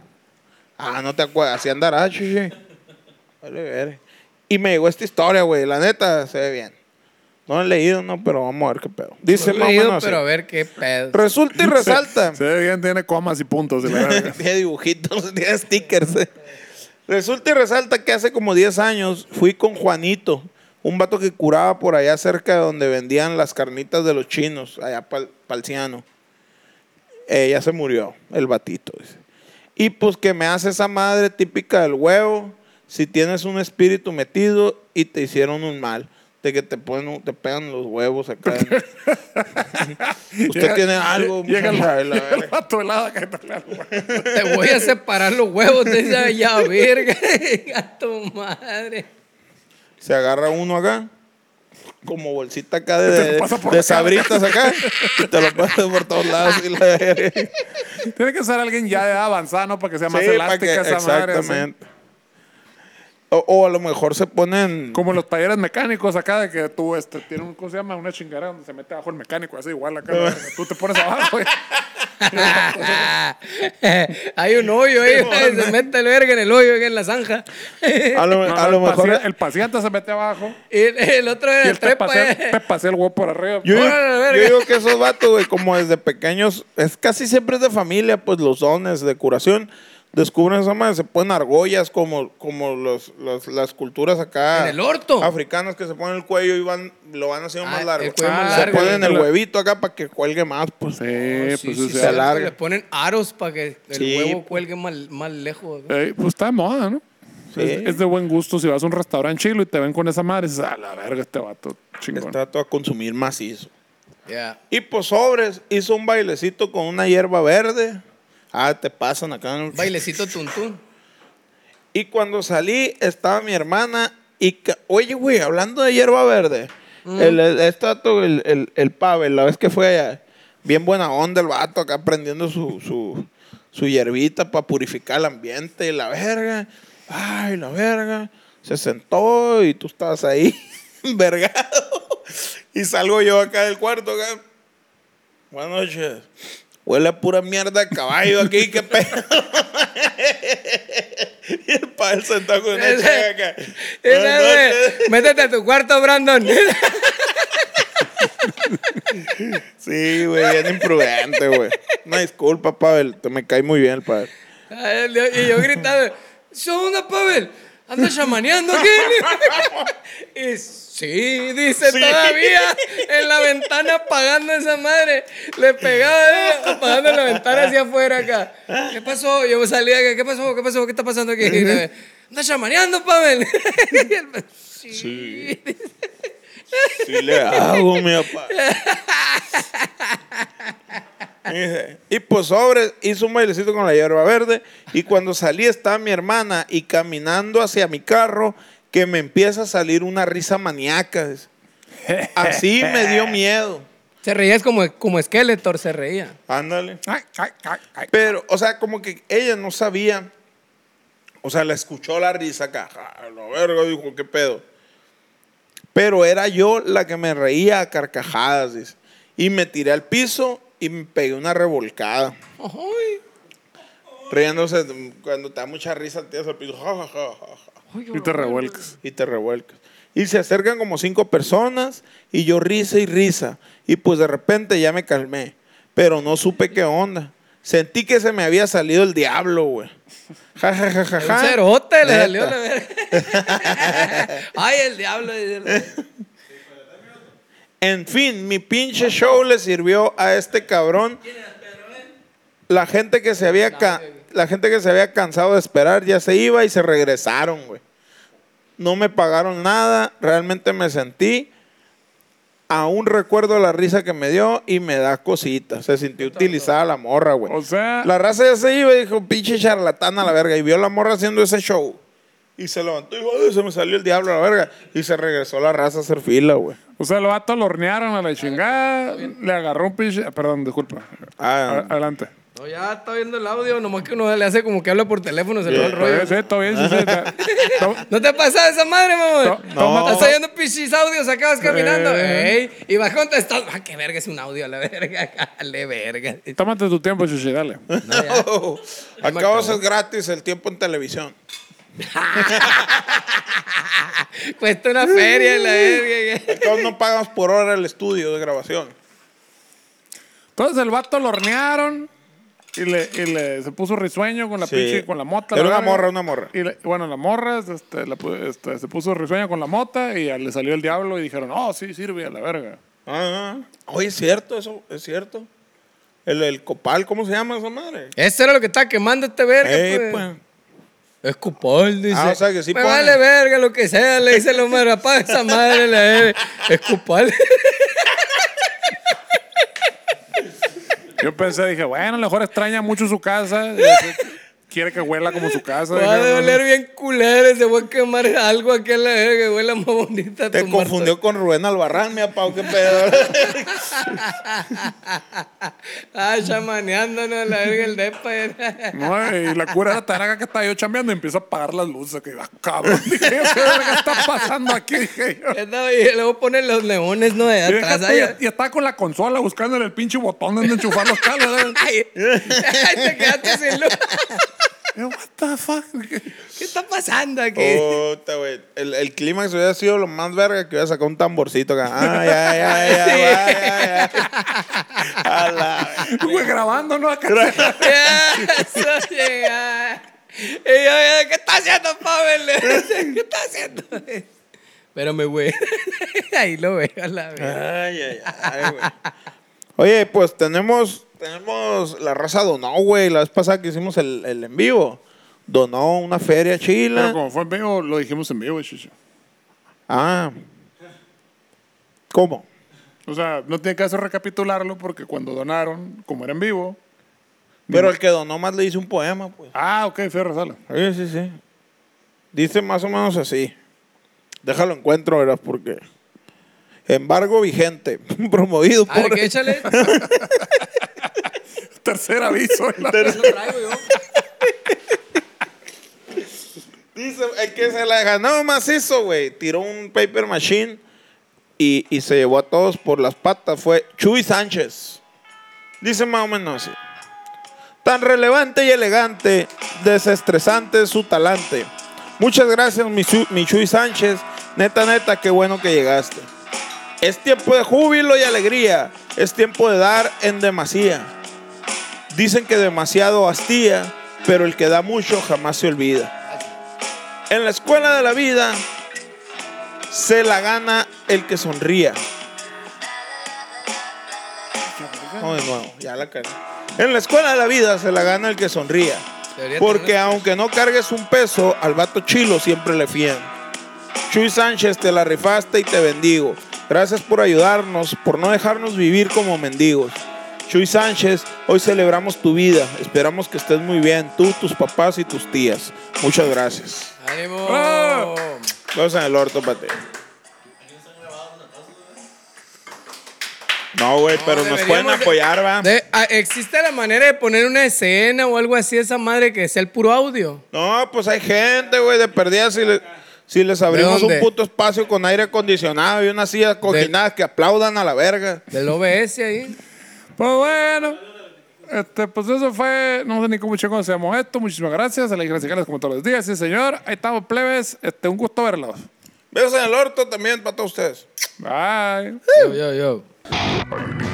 Ah, no te acuerdas, así andará, chiche. Vale, ver. Y me llegó esta historia, güey, la neta, se ve bien. No he leído, no, pero vamos a ver qué pedo. Se Dice más o menos así. pero a ver qué pedo. Resulta y resalta. Se ve bien, tiene comas y puntos. y la verga. Tiene dibujitos, tiene stickers. eh. Resulta y resalta que hace como 10 años fui con Juanito, un vato que curaba por allá cerca de donde vendían las carnitas de los chinos, allá pal, palciano. Ella se murió, el batito. dice. Y pues que me hace esa madre típica del huevo, si tienes un espíritu metido y te hicieron un mal. De que te, ponen, un- te pegan los huevos acá. Usted Llega- tiene algo. Llega el, muchacha, y la llega el verga. vato helada que te la- la- Te voy a separar los huevos de esa ya, verga. A tu madre. Se agarra uno acá, como bolsita acá de, te lo de- pasa por de la cara. sabritas acá, y te lo pasas por todos lados. Y la verga. Tiene que ser alguien ya de edad avanzada, ¿no? Para que sea más Sí, pa' elástica que- esa madre. así. exactamente. O, o a lo mejor se ponen. Como los talleres mecánicos acá, de que tú este, tiene un, ¿cómo se llama? Una chingadera donde se mete abajo el mecánico, así igual acá. ¿no? tú te pones abajo. y- Hay un hoyo ahí. Se mete el verga en el hoyo, en la zanja. A lo, No, no, a lo el mejor. paciente- el paciente se mete abajo Y el, el otro y era él te trepa. pasea, eh. te pasea el huevo por arriba. Yo, digo- Órale, verga. yo digo que esos vatos, güey, como desde pequeños, es casi siempre es de familia, pues los dones de curación. Descubren esa madre, se ponen argollas como, como los, los- las culturas acá. En el orto. Africanas que se ponen el cuello y van, lo van haciendo Ah, más largo. el cuello más se largo. ponen el La- huevito acá para que cuelgue más, pues. sí, Sí, pues sí, o sí, sea, se sí, alarga. Le ponen aros para que el Sí. huevo cuelgue más, más lejos. güey. eh, pues está de moda, ¿no? Sí. Es, es de buen gusto si vas a un restaurante chilo y te ven con esa madre y dices, a la verga este vato, Les chingón. trato a consumir macizo. Ya. Y pues sobres, hizo un bailecito con una hierba verde. Ah, te pasan acá. en el- Bailecito tuntún. Y cuando salí, estaba mi hermana. Y, ca- oye, güey, hablando de hierba verde, el, el, este vato, el, el, el Pavel, la vez que fue allá, bien buena onda el vato acá prendiendo su, su, su hierbita para purificar el ambiente y la verga. Ay, la verga. Se sentó y tú estabas ahí, vergado. Y salgo yo acá del cuarto, acá. Buenas noches. Huele a pura mierda de caballo aquí, qué pedo. y el padre sentado con una Ese- chaga acá. Ese, Buenas güey, noches. Métete a tu cuarto, Brandon. Sí, güey, bien imprudente, güey. Una disculpa, Pavel. Te me cae muy bien el padre. Ay, Dios, y yo gritaba, ¿son una Pavel? ¿Andas chamaneando aquí? y sí, dice todavía, en la ventana apagando esa madre. Le pegaba, eh, apagando la ventana hacia afuera acá. ¿Qué pasó? Yo salía acá, ¿qué pasó? ¿Qué pasó? ¿Qué está pasando aquí? Y le- ¿Andas chamaneando, Pavel? Y él, sí. Sí le hago, mi papá. Dice, Y pues sobre, hizo un bailecito con la hierba verde. Y cuando salí estaba mi hermana y caminando hacia mi carro, que me empieza a salir una risa maníaca. dice. Así me dio miedo. Se reía es como, como Skeletor, se reía. Ándale. Ay, ay, ay, ay. Pero, o sea, como que ella no sabía. O sea, la escuchó la risa acá. A la verga, dijo, qué pedo. Pero era yo la que me reía a carcajadas, dice. Y me tiré al piso y me pegué una revolcada. Ay, Riéndose, de- cuando te da mucha risa, te tiras al piso. ja, ja, ja, ja, ja, ay, Y te revuelcas. y te revuelcas. Y se acercan como cinco personas y yo risa y risa. Y pues de repente ya me calmé. Pero no supe qué onda. Sentí que se me había salido el diablo, güey. Ja, ja, ja, ja, ja. Un cerote le Neta. salió la verga. Ay, el diablo. dice. En fin, mi pinche show le sirvió a este cabrón. La gente que se había ca- la gente que se había cansado de esperar ya se iba y se regresaron, güey. No me pagaron nada, realmente me sentí aún recuerdo la risa que me dio y me da cositas. Se sintió utilizada la morra, güey. O sea- la raza ya se iba y dijo, "Pinche charlatán a la verga" y vio a la morra haciendo ese show. Y se levantó y dijo, "Ay, se me salió el diablo a la verga. Y se regresó la raza a hacer fila, güey. O sea, el vato lo hornearon a la chingada, le agarró un pinche... Perdón, disculpa. Ah, A- Adelante. No, ya está viendo el audio, nomás que uno le hace como que habla por teléfono, se le va el Todo rollo. pues. bien, sí, todo bien. sí, sí, está- está- ¿No te pasa esa madre, mamá? No, no. Estás oyendo pichis audios acá, vas caminando. Eh. Ey, y vas contestando. Ah, qué verga es un audio, a la verga. Dale, verga. Tómate tu tiempo, Chuchi, dale. No, ya. Acá acabó. es gratis el tiempo en televisión. Cuesta una feria la verga. Todos no pagamos por hora el estudio de grabación. Entonces el vato lo hornearon y le, y le- se puso risueño con la Sí. pinche, con la mota. Era la una verga. morra, una morra. Y le- bueno, la morra este, la pu- este, se puso risueño con la mota y ya le salió el diablo y dijeron, oh, sí, sirve a la verga. Ah, oye, es cierto, eso es cierto. El, el copal, ¿cómo se llama esa madre? Eso era lo que estaba quemando este verga, Eh, pues. pues. Es cupol, dice. Ah, o sea que sí Me pone. vale verga lo que sea, le dice el hombre, apaga esa madre, la verga. Es cupol. Yo pensé, dije, bueno, a lo mejor extraña mucho su casa. y así Quiere que huela como su casa. Va a dije, de "No, no". oler bien culero, se va a quemar algo aquí en la verga, güey, la más bonita. Te tu confundió con Rubén Albarrán, mi apao, qué pedo. muerto. Ah, chamaneándonos a la verga el depa. era. No, y la cura era tan acá que estaba yo chambeando y empiezo a apagar las luces. Que ah, cabrón, dije, ¿qué verga está pasando aquí? Dije yo. Estaba- Y luego ponen los leones, ¿no? De Y, deja atrás. tú, ahí. y- y estaba con la consola buscándole el pinche botón donde enchufar los cables. ¿eh? Ay, ay, te quedaste sin luz. Y yo, Eh, What the fuck? ¿Qué está pasando aquí? Oh. Puta, güey. El, el clímax hubiera sido lo más verga que hubiera sacado un tamborcito acá. Ah, Ay, ay, ay, ay, ay, ay, ay. A la- Güey, grabando, ¿no? Acá. Eso llega. Y yo, ¿qué está haciendo, Pavel? ¿Qué está haciendo? Espérame, güey. Ahí lo veo a la vez. Ay, ay, ay, güey. Oye, pues tenemos, tenemos la raza donó, güey. La vez pasada que hicimos el, el en vivo. Donó una feria Pero chila. como fue en vivo, lo dijimos en vivo, chicho. Ah. ¿Cómo? O sea, no tiene caso recapitularlo porque cuando donaron, como era en vivo. Pero el que donó más le hizo un poema, pues. Ah, ok, Fierro Sala. Sí, sí, sí. Dice más o menos así. Déjalo encuentro, verás, porque. Embargo vigente, promovido A ver, por. que échale. Tercer aviso. Lo traigo yo. Dice, el que se la ganó macizo, güey. Tiró un paper machine y, y se llevó a todos por las patas. Fue Chuy Sánchez. Dice más o menos así. Tan relevante y elegante, desestresante su talante. Muchas gracias, mi, Chu- mi Chuy Sánchez. Neta, neta, qué bueno que llegaste. Es tiempo de júbilo y alegría. Es tiempo de dar en demasía. Dicen que demasiado hastía, pero el que da mucho jamás se olvida. En la escuela de la vida se la gana el que sonría. No, de nuevo, ya la cagué. En la escuela de la vida se la gana el que sonría. Debería Porque tener- aunque no cargues un peso, al vato chilo siempre le fían. Chuy Sánchez, te la rifaste y te bendigo. Gracias por ayudarnos, por no dejarnos vivir como mendigos. Chuy Sánchez, hoy celebramos tu vida. Esperamos que estés muy bien, tú, tus papás y tus tías. Muchas gracias. ¡Ánimo! ¡Bravo! Ah. Los en el orto, pate. No, güey, pero nos deberíamos pueden de- apoyar, va. De- ah, ¿Existe la manera de poner una escena o algo así, esa madre que sea el puro audio? No, pues hay gente, güey, de perdida si, le- si les abrimos un dónde? puto espacio con aire acondicionado y unas sillas cojinadas que aplaudan a la verga. Del OBS ahí. Pues bueno. Este, pues eso fue, no sé ni cómo chingón se llamó esto. Muchísimas gracias a la Iglesia Cigalas como todos los días. Sí, señor. Ahí estamos, plebes. Este, un gusto verlos. Besos en el orto también para todos ustedes. Bye. Yo, yo, yo. Alienígenas